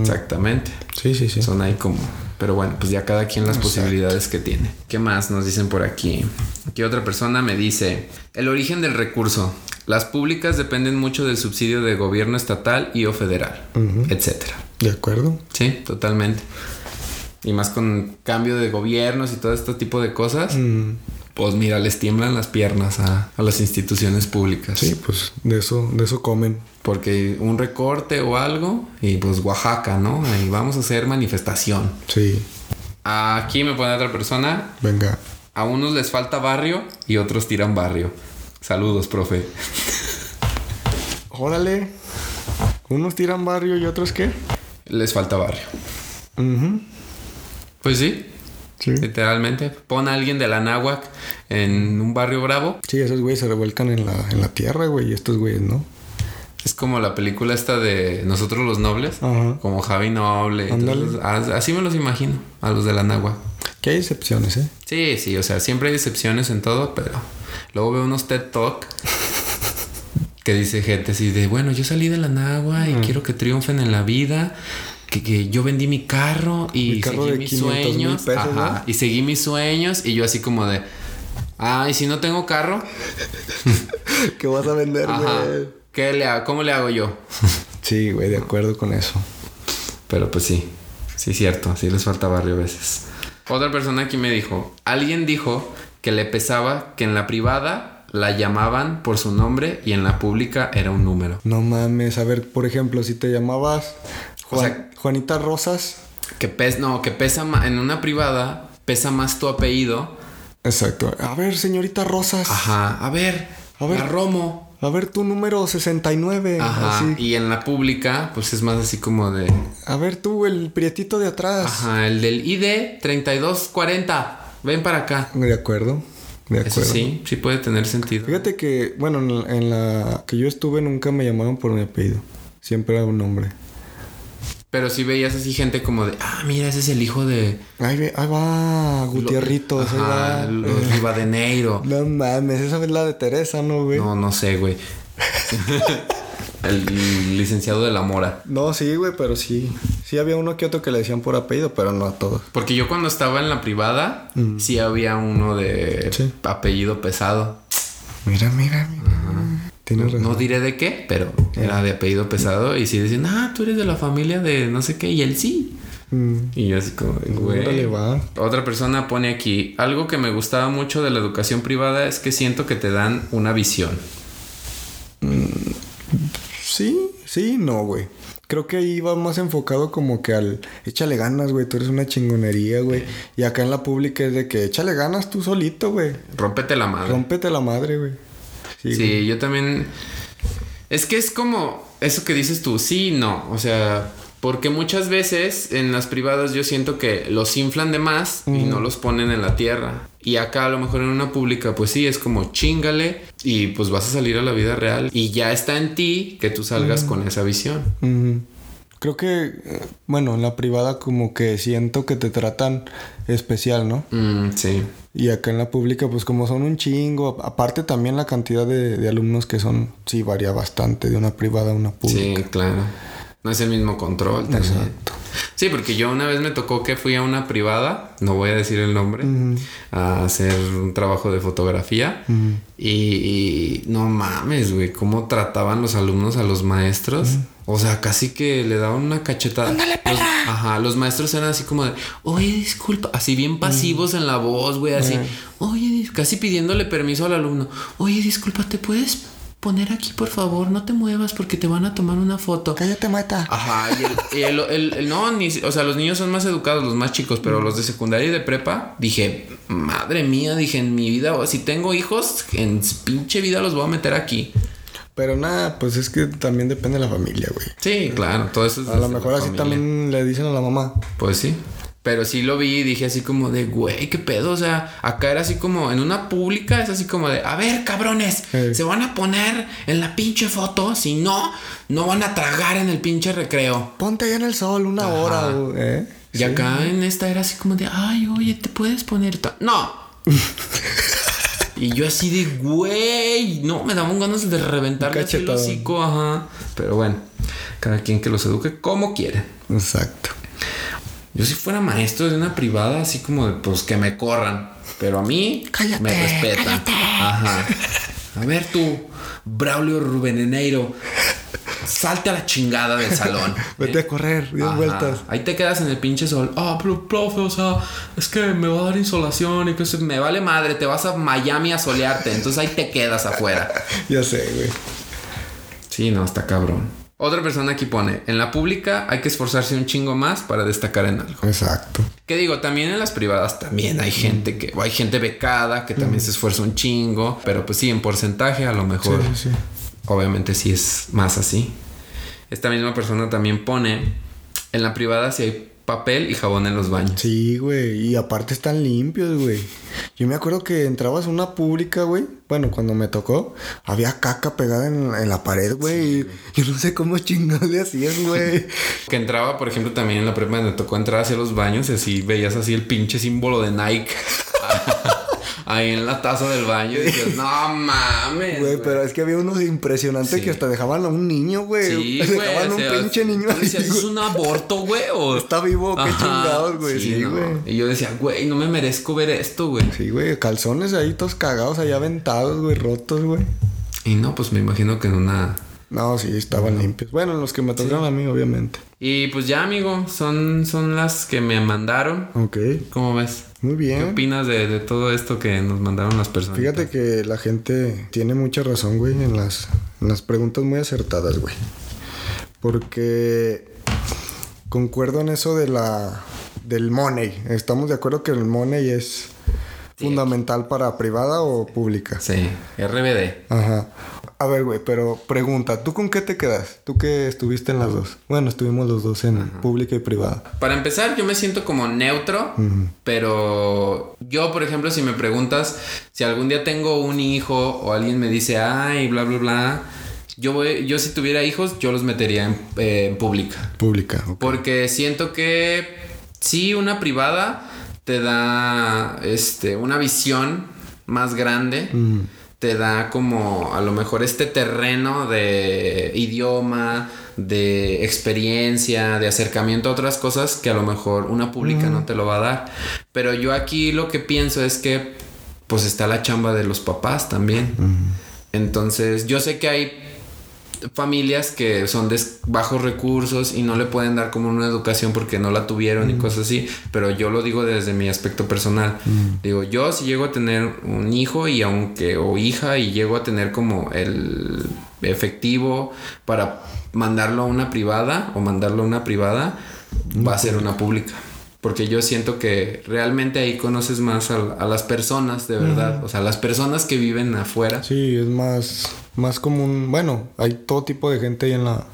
Speaker 1: Exactamente.
Speaker 2: Sí, sí, sí.
Speaker 1: Son ahí como... Pero bueno, pues ya cada quien las posibilidades que tiene. ¿Qué más nos dicen por aquí? Aquí otra persona me dice, el origen del recurso. Las públicas dependen mucho del subsidio de gobierno estatal y o federal, etcétera.
Speaker 2: De acuerdo.
Speaker 1: Sí, totalmente. Y más con cambio de gobiernos y todo este tipo de cosas, pues mira, les tiemblan las piernas a, a las instituciones públicas.
Speaker 2: Sí, pues de eso, de eso comen.
Speaker 1: Porque un recorte o algo, y pues Oaxaca, ¿no? Y vamos a hacer manifestación.
Speaker 2: Sí.
Speaker 1: Aquí me pone otra persona.
Speaker 2: Venga.
Speaker 1: A unos les falta barrio y otros tiran barrio. Saludos, profe.
Speaker 2: Órale. Unos tiran barrio y otros qué.
Speaker 1: Les falta barrio.
Speaker 2: Ujú.
Speaker 1: Pues sí,
Speaker 2: Sí.
Speaker 1: literalmente. Pon a alguien de la náhuac en un barrio bravo
Speaker 2: Sí, esos güeyes se revuelcan en la, en la tierra, güey. Y estos güeyes, ¿no?
Speaker 1: Es como la película esta de Nosotros los Nobles,
Speaker 2: Ajá.
Speaker 1: como Javi Noble.
Speaker 2: Ándale.
Speaker 1: entonces, a- así me los imagino, a los de la Nagua.
Speaker 2: Que hay excepciones, ¿eh?
Speaker 1: Sí, sí, o sea, siempre hay excepciones en todo, pero luego veo unos TED Talk que dice gente así de, bueno, yo salí de la Nagua y quiero que triunfen en la vida. Que, que yo vendí mi carro y
Speaker 2: Mi carro
Speaker 1: seguí
Speaker 2: de
Speaker 1: mis
Speaker 2: 500,000
Speaker 1: sueños.
Speaker 2: pesos,
Speaker 1: ajá,
Speaker 2: ¿no?
Speaker 1: Y seguí mis sueños y yo así como de, ay, si no tengo carro,
Speaker 2: ¿Qué vas a vender,
Speaker 1: ajá,
Speaker 2: güey?
Speaker 1: ¿qué le hago? ¿Cómo le hago yo?
Speaker 2: Sí, güey, de acuerdo con eso.
Speaker 1: Pero pues sí, sí cierto, sí les falta barrio a veces. Otra persona aquí me dijo, alguien dijo que le pesaba que en la privada la llamaban por su nombre y en la pública era un número.
Speaker 2: No mames, a ver, por ejemplo, si te llamabas
Speaker 1: O sea-
Speaker 2: Juan- Juanita Rosas.
Speaker 1: Que pes no, que pesa más, en una privada pesa más tu apellido.
Speaker 2: Exacto. A ver, señorita Rosas.
Speaker 1: Ajá, a ver,
Speaker 2: A ver.
Speaker 1: la Romo.
Speaker 2: A ver, tu número 69.
Speaker 1: Ajá,
Speaker 2: así.
Speaker 1: y en la pública pues es más así como de,
Speaker 2: A ver, tú, el prietito de atrás.
Speaker 1: ajá, el del ID 3240, ven para acá.
Speaker 2: De acuerdo. De acuerdo.
Speaker 1: Eso sí, sí puede tener sentido.
Speaker 2: Fíjate que, bueno, en la, en la que yo estuve nunca me llamaron por mi apellido. Siempre era un hombre.
Speaker 1: Pero sí veías así gente como de, ah, mira, ese es el hijo de...
Speaker 2: Ahí, ve- ahí va Gutierritos. ahí
Speaker 1: Ajá,
Speaker 2: va.
Speaker 1: los Rivadeneiro.
Speaker 2: No mames, esa es la de Teresa, ¿no, güey? No,
Speaker 1: No, no sé, güey. el licenciado de la mora.
Speaker 2: sí, güey, pero sí. Sí había uno que otro que le decían por apellido, pero no a todos.
Speaker 1: Porque yo cuando estaba en la privada, sí había uno de
Speaker 2: Mm. Sí.
Speaker 1: apellido pesado.
Speaker 2: Mira, mira, mira. Tienes razón. Ah.
Speaker 1: No diré de qué, pero era de apellido pesado. Y sí decían, ah, tú eres de la familia de no sé qué. Y él sí.
Speaker 2: Mm.
Speaker 1: Y yo así como, güey.
Speaker 2: Órale, va.
Speaker 1: Otra persona pone aquí, algo que me gustaba mucho de la educación privada es que siento que te dan una visión.
Speaker 2: Sí, sí, no, güey. Creo que ahí va más enfocado como que al échale ganas, güey. Tú eres una chingonería, güey. Y acá en la pública es de que échale ganas tú solito, güey.
Speaker 1: Rómpete la madre.
Speaker 2: Rómpete la madre, güey. Sí,
Speaker 1: Ah. Sí,
Speaker 2: güey.
Speaker 1: yo también. Es que es como eso que dices tú, sí, no. O sea, porque muchas veces en las privadas yo siento que los inflan de más y no los ponen en la tierra. Y acá a lo mejor en una pública, pues sí, es como chingale y pues vas a salir a la vida real. Y ya está en ti que tú salgas con esa visión.
Speaker 2: Ujú. Creo que, eh, bueno, en la privada como que siento que te tratan especial, ¿no?
Speaker 1: Mm, sí.
Speaker 2: Y acá en la pública, pues como son un chingo, a- aparte también la cantidad de, de alumnos que son, sí, varía bastante de una privada a una pública.
Speaker 1: Sí, claro. No es el mismo control. también. Sí, porque yo una vez me tocó que fui a una privada, no voy a decir el nombre, a hacer un trabajo de fotografía. y, y no mames, güey, cómo trataban los alumnos a los maestros. O sea, casi que le daban una cachetada. Los- ajá, los maestros eran así como de, oye, disculpa, así bien pasivos en la voz, güey, así, oye, dis- casi pidiéndole permiso al alumno, oye, disculpa, ¿te puedes poner aquí, por favor? No te muevas porque te van a tomar una foto.
Speaker 2: Cállate, mata.
Speaker 1: Ajá, y el, y el- el- el- no, ni, o sea, los niños son más educados, los más chicos, pero los de secundaria y de prepa, dije, madre mía, dije, en mi vida, si tengo hijos, en pinche vida los voy a meter aquí.
Speaker 2: Pero nada, pues es que también depende de la familia, güey.
Speaker 1: Sí, claro, todo eso es
Speaker 2: A lo
Speaker 1: desde la
Speaker 2: mejor así
Speaker 1: familia.
Speaker 2: también le dicen a la mamá.
Speaker 1: Pues sí. Pero sí lo vi y dije así como de, güey, qué pedo. O sea, acá era así como, en una pública es así como de, a ver, cabrones,
Speaker 2: Ey.
Speaker 1: se van a poner en la pinche foto, si no, no van a tragar en el pinche recreo.
Speaker 2: Ponte ahí en el sol una hora, güey. ¿eh?
Speaker 1: Y acá en esta era así como de, ay, oye, te puedes poner. ta-?" ¡No! y yo así de, güey, no, me daban ganas de reventarle así el
Speaker 2: Cachetado.
Speaker 1: hocico, ajá. Pero bueno, cada quien que los eduque como quiere.
Speaker 2: Exacto.
Speaker 1: Yo si fuera maestro de una privada, así como de, pues que me corran. Pero a mí
Speaker 2: Cállate,
Speaker 1: me respetan. Ajá. A ver tú, Braulio Rubeneneiro, salte a la chingada del salón.
Speaker 2: Vete a correr, 10
Speaker 1: Ajá.
Speaker 2: vueltas.
Speaker 1: Ahí te quedas en el pinche sol. Ah, pero profe, o sea, es que me va a dar insolación y que se- me vale madre, te vas a Miami a solearte. Entonces ahí te quedas afuera.
Speaker 2: Ya sé, güey.
Speaker 1: Sí, no, está cabrón. Otra persona aquí pone, en la pública hay que esforzarse un chingo más para destacar en algo.
Speaker 2: Exacto.
Speaker 1: Que digo, también en las privadas también hay gente que, o hay gente becada que también se esfuerza un chingo, pero pues sí, en porcentaje a lo mejor,
Speaker 2: Sí, sí.
Speaker 1: obviamente sí es más así. Esta misma persona también pone, en la privada si hay papel y jabón en los baños.
Speaker 2: Sí, güey. Y aparte están limpios, güey. Yo me acuerdo que entrabas a una pública, güey. Bueno, cuando me tocó, había caca pegada en, en la pared, güey. y Yo no sé cómo chingados le hacías, güey.
Speaker 1: Que entraba, por ejemplo, también en la prepa me tocó entrar hacia los baños y así veías así el pinche símbolo de Nike. Ahí en la taza del baño y dices, no mames.
Speaker 2: Güey,
Speaker 1: güey".
Speaker 2: pero es que había unos impresionantes
Speaker 1: Sí.
Speaker 2: que hasta dejaban a un niño, güey.
Speaker 1: Sí, güey.
Speaker 2: dejaban a
Speaker 1: o
Speaker 2: un
Speaker 1: sea,
Speaker 2: pinche niño.
Speaker 1: tú
Speaker 2: ahí,
Speaker 1: decías,
Speaker 2: güey.
Speaker 1: es un aborto, güey. O...
Speaker 2: Está vivo, qué chingados, güey. Sí,
Speaker 1: no.
Speaker 2: güey.
Speaker 1: Y yo decía, güey, no me merezco ver esto, güey.
Speaker 2: Sí, güey, calzones ahí todos cagados, ahí aventados, güey, rotos, güey.
Speaker 1: Y no, pues me imagino que en una.
Speaker 2: No, sí, estaban limpios. Bueno, los que me tocaron a mí, obviamente.
Speaker 1: Y pues ya, amigo, son, son las que me mandaron.
Speaker 2: Ok,
Speaker 1: ¿Cómo ves?
Speaker 2: muy
Speaker 1: ¿Qué
Speaker 2: bien.
Speaker 1: opinas de, de todo esto que nos mandaron las personas?
Speaker 2: Fíjate que la gente tiene mucha razón, güey, en las, en las preguntas muy acertadas, güey. Porque concuerdo en eso de la del money. Estamos de acuerdo que el money es fundamental para privada o pública.
Speaker 1: Sí, RBD.
Speaker 2: Ajá. A ver, güey, pero pregunta, ¿tú con qué te quedas? Tú que estuviste en las dos. Bueno, estuvimos los dos en pública y privada.
Speaker 1: Para empezar, yo me siento como neutro, pero yo, por ejemplo, si me preguntas si algún día tengo un hijo o alguien me dice, ay, bla, bla, bla, Yo, voy- yo si tuviera hijos, yo los metería en, eh, en pública.
Speaker 2: Pública. ok.
Speaker 1: Porque siento que sí, una privada te da este, una visión más grande.
Speaker 2: Mm.
Speaker 1: Te da como a lo mejor este terreno de idioma, de experiencia, de acercamiento a otras cosas que a lo mejor una pública no te lo va a dar. Pero yo aquí lo que pienso es que pues está la chamba de los papás también. Entonces yo sé que hay familias que son de bajos recursos y no le pueden dar como una educación porque no la tuvieron y cosas así, pero yo lo digo desde mi aspecto personal. Digo, yo si llego a tener un hijo y aunque o hija y llego a tener como el efectivo para mandarlo a una privada o mandarlo a una privada, va a ser una pública. Porque yo siento que realmente ahí conoces más a, a las personas, de verdad. O sea, las personas que viven afuera.
Speaker 2: Sí, es más, más común. Bueno, hay todo tipo de gente ahí en la,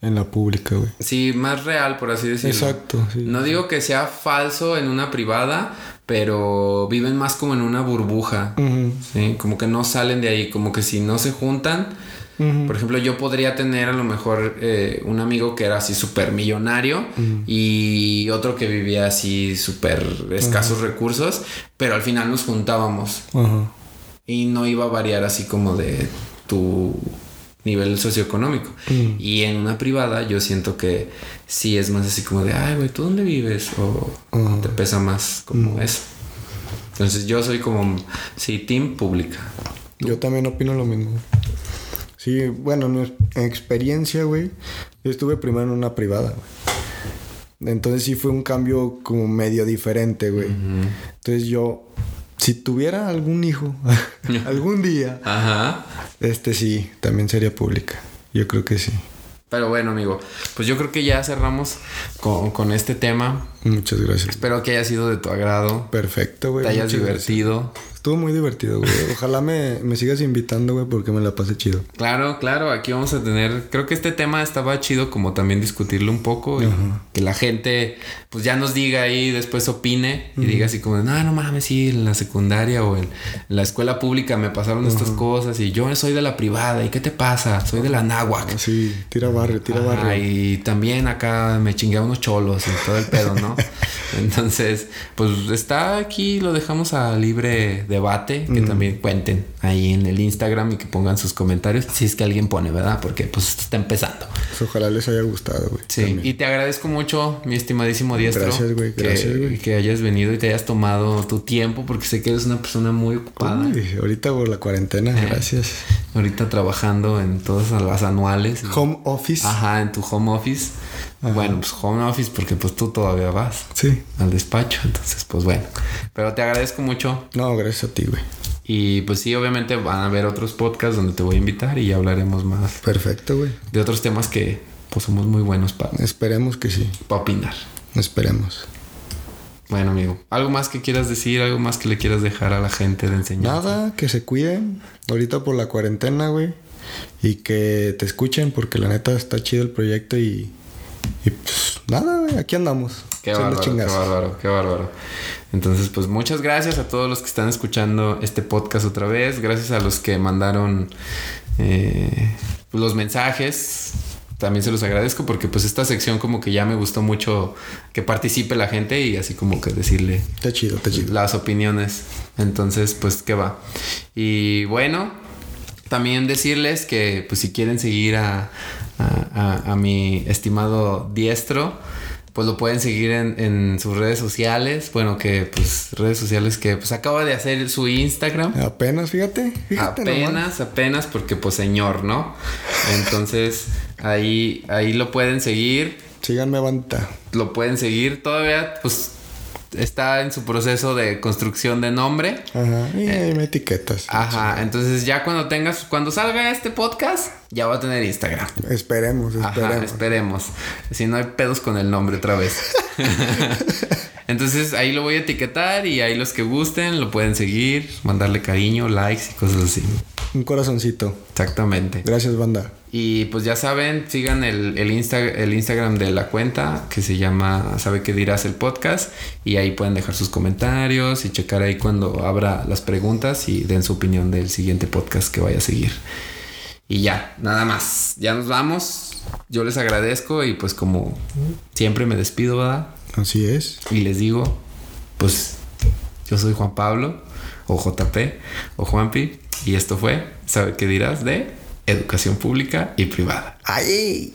Speaker 2: en la pública, güey.
Speaker 1: Sí, más real, por así decirlo.
Speaker 2: Exacto, sí.
Speaker 1: No digo que sea falso en una privada, pero viven más como en una burbuja.
Speaker 2: Ujú,
Speaker 1: Sí, como que no salen de ahí, como que si no se juntan.
Speaker 2: ujú.
Speaker 1: Por ejemplo, yo podría tener a lo mejor eh, un amigo que era así súper millonario y otro que vivía así súper escasos recursos, pero al final nos juntábamos
Speaker 2: Ajá.
Speaker 1: y no iba a variar así como de tu nivel socioeconómico.
Speaker 2: Mm.
Speaker 1: Y en una privada yo siento que sí es más así como de, ay, güey, ¿tú dónde vives? O
Speaker 2: Ajá. Mm.
Speaker 1: te pesa más como eso. Entonces yo soy como, sí, team pública.
Speaker 2: Yo también opino lo mismo. Sí, bueno, mi experiencia, güey. Yo estuve primero en una privada, güey. Entonces sí fue un cambio como medio diferente, güey. Entonces yo, si tuviera algún hijo, algún día,
Speaker 1: Ajá.
Speaker 2: este sí, también sería pública. Yo creo que sí.
Speaker 1: Pero bueno, amigo, pues yo creo que ya cerramos con, con este tema.
Speaker 2: Muchas gracias.
Speaker 1: Espero que haya sido de tu agrado,
Speaker 2: Perfecto, güey.
Speaker 1: te hayas
Speaker 2: Muchas gracias.
Speaker 1: divertido.
Speaker 2: Estuvo muy divertido, güey. Ojalá me, me sigas invitando, güey, porque me la pasé chido.
Speaker 1: Claro, claro, aquí vamos a tener, creo que este tema estaba chido como también discutirlo un poco y que la gente pues ya nos diga ahí, después opine y diga así como, no, no mames, sí, en la secundaria o en la escuela pública me pasaron estas cosas y yo soy de la privada y qué te pasa, soy de la náhuac.
Speaker 2: Así, tira barrio, tira
Speaker 1: Ajá,
Speaker 2: barrio.
Speaker 1: y también acá me chingué a unos cholos y todo el pedo, ¿no? Entonces, pues está aquí, lo dejamos a libre debate, que
Speaker 2: Mm.
Speaker 1: también cuenten ahí en el Instagram y que pongan sus comentarios, si es que alguien pone, ¿verdad? Porque pues esto está empezando.
Speaker 2: Pues ojalá les haya gustado, güey.
Speaker 1: Sí,
Speaker 2: también.
Speaker 1: y te agradezco mucho, mi estimadísimo diestro.
Speaker 2: Gracias, güey,
Speaker 1: que-
Speaker 2: gracias, güey.
Speaker 1: Que hayas venido y te hayas tomado tu tiempo, porque sé que eres una persona muy ocupada.
Speaker 2: Uy, ahorita por la cuarentena,
Speaker 1: Eh.
Speaker 2: gracias.
Speaker 1: Ahorita trabajando en todas las anuales. y-
Speaker 2: Home office.
Speaker 1: Mm. Ajá, en tu home office. Bueno, pues home office porque pues tú todavía vas
Speaker 2: Sí.
Speaker 1: al despacho, entonces pues bueno. Pero te agradezco mucho
Speaker 2: No, gracias a ti, güey.
Speaker 1: y pues sí, obviamente van a haber otros podcasts donde te voy a invitar y ya hablaremos más
Speaker 2: Perfecto, güey.
Speaker 1: de otros temas que pues somos muy buenos para
Speaker 2: Esperemos que sí.
Speaker 1: opinar.
Speaker 2: Esperemos.
Speaker 1: Bueno, amigo, ¿algo más que quieras decir? ¿Algo más que le quieras dejar a la gente de enseñar?
Speaker 2: Nada, que se cuiden. Ahorita por la cuarentena, güey. Y que te escuchen porque la neta está chido el proyecto y... Y pues nada, güey. Aquí andamos.
Speaker 1: Qué
Speaker 2: Echando
Speaker 1: bárbaro, qué
Speaker 2: chingazos.
Speaker 1: bárbaro, qué bárbaro. Entonces, pues muchas gracias a todos los que están escuchando este podcast otra vez. Gracias a los que mandaron eh, los mensajes. También se los agradezco porque pues esta sección como que ya me gustó mucho que participe la gente y así como que decirle
Speaker 2: Está chido, está chido.
Speaker 1: las opiniones. Entonces, pues qué va. Y bueno, también decirles que pues si quieren seguir a, a- a- a mi estimado diestro, pues lo pueden seguir en, en sus redes sociales. Bueno, que pues redes sociales que pues acaba de hacer su Instagram.
Speaker 2: Apenas, fíjate. Fíjate nomás.
Speaker 1: Apenas, apenas, porque pues señor, ¿no? Entonces ahí, ahí lo pueden seguir
Speaker 2: Síganme, banda.
Speaker 1: lo pueden seguir todavía, pues está en su proceso de construcción de nombre.
Speaker 2: Ajá. Y ahí me etiquetas.
Speaker 1: Eh. Ajá, entonces ya cuando tengas, cuando salga este podcast, ya va a tener Instagram.
Speaker 2: Esperemos, esperemos.
Speaker 1: Ajá, esperemos. Si no hay pedos con el nombre otra vez. Entonces ahí lo voy a etiquetar y ahí los que gusten lo pueden seguir, mandarle cariño, likes y cosas así.
Speaker 2: Un corazoncito.
Speaker 1: Exactamente.
Speaker 2: Gracias, banda.
Speaker 1: Y pues ya saben, sigan el, el, Insta- el Instagram de la cuenta que se llama Sabe qué dirás el podcast. Y ahí pueden dejar sus comentarios y checar ahí cuando abra las preguntas y den su opinión del siguiente podcast que vaya a seguir. Y ya, nada más. Ya nos vamos. Yo les agradezco y pues como siempre me despido, ¿verdad?
Speaker 4: Así es.
Speaker 1: Y les digo, pues yo soy Juan Pablo o JP o Juanpi y esto fue, ¿sabe qué dirás de educación pública y privada?
Speaker 4: ¡Ay!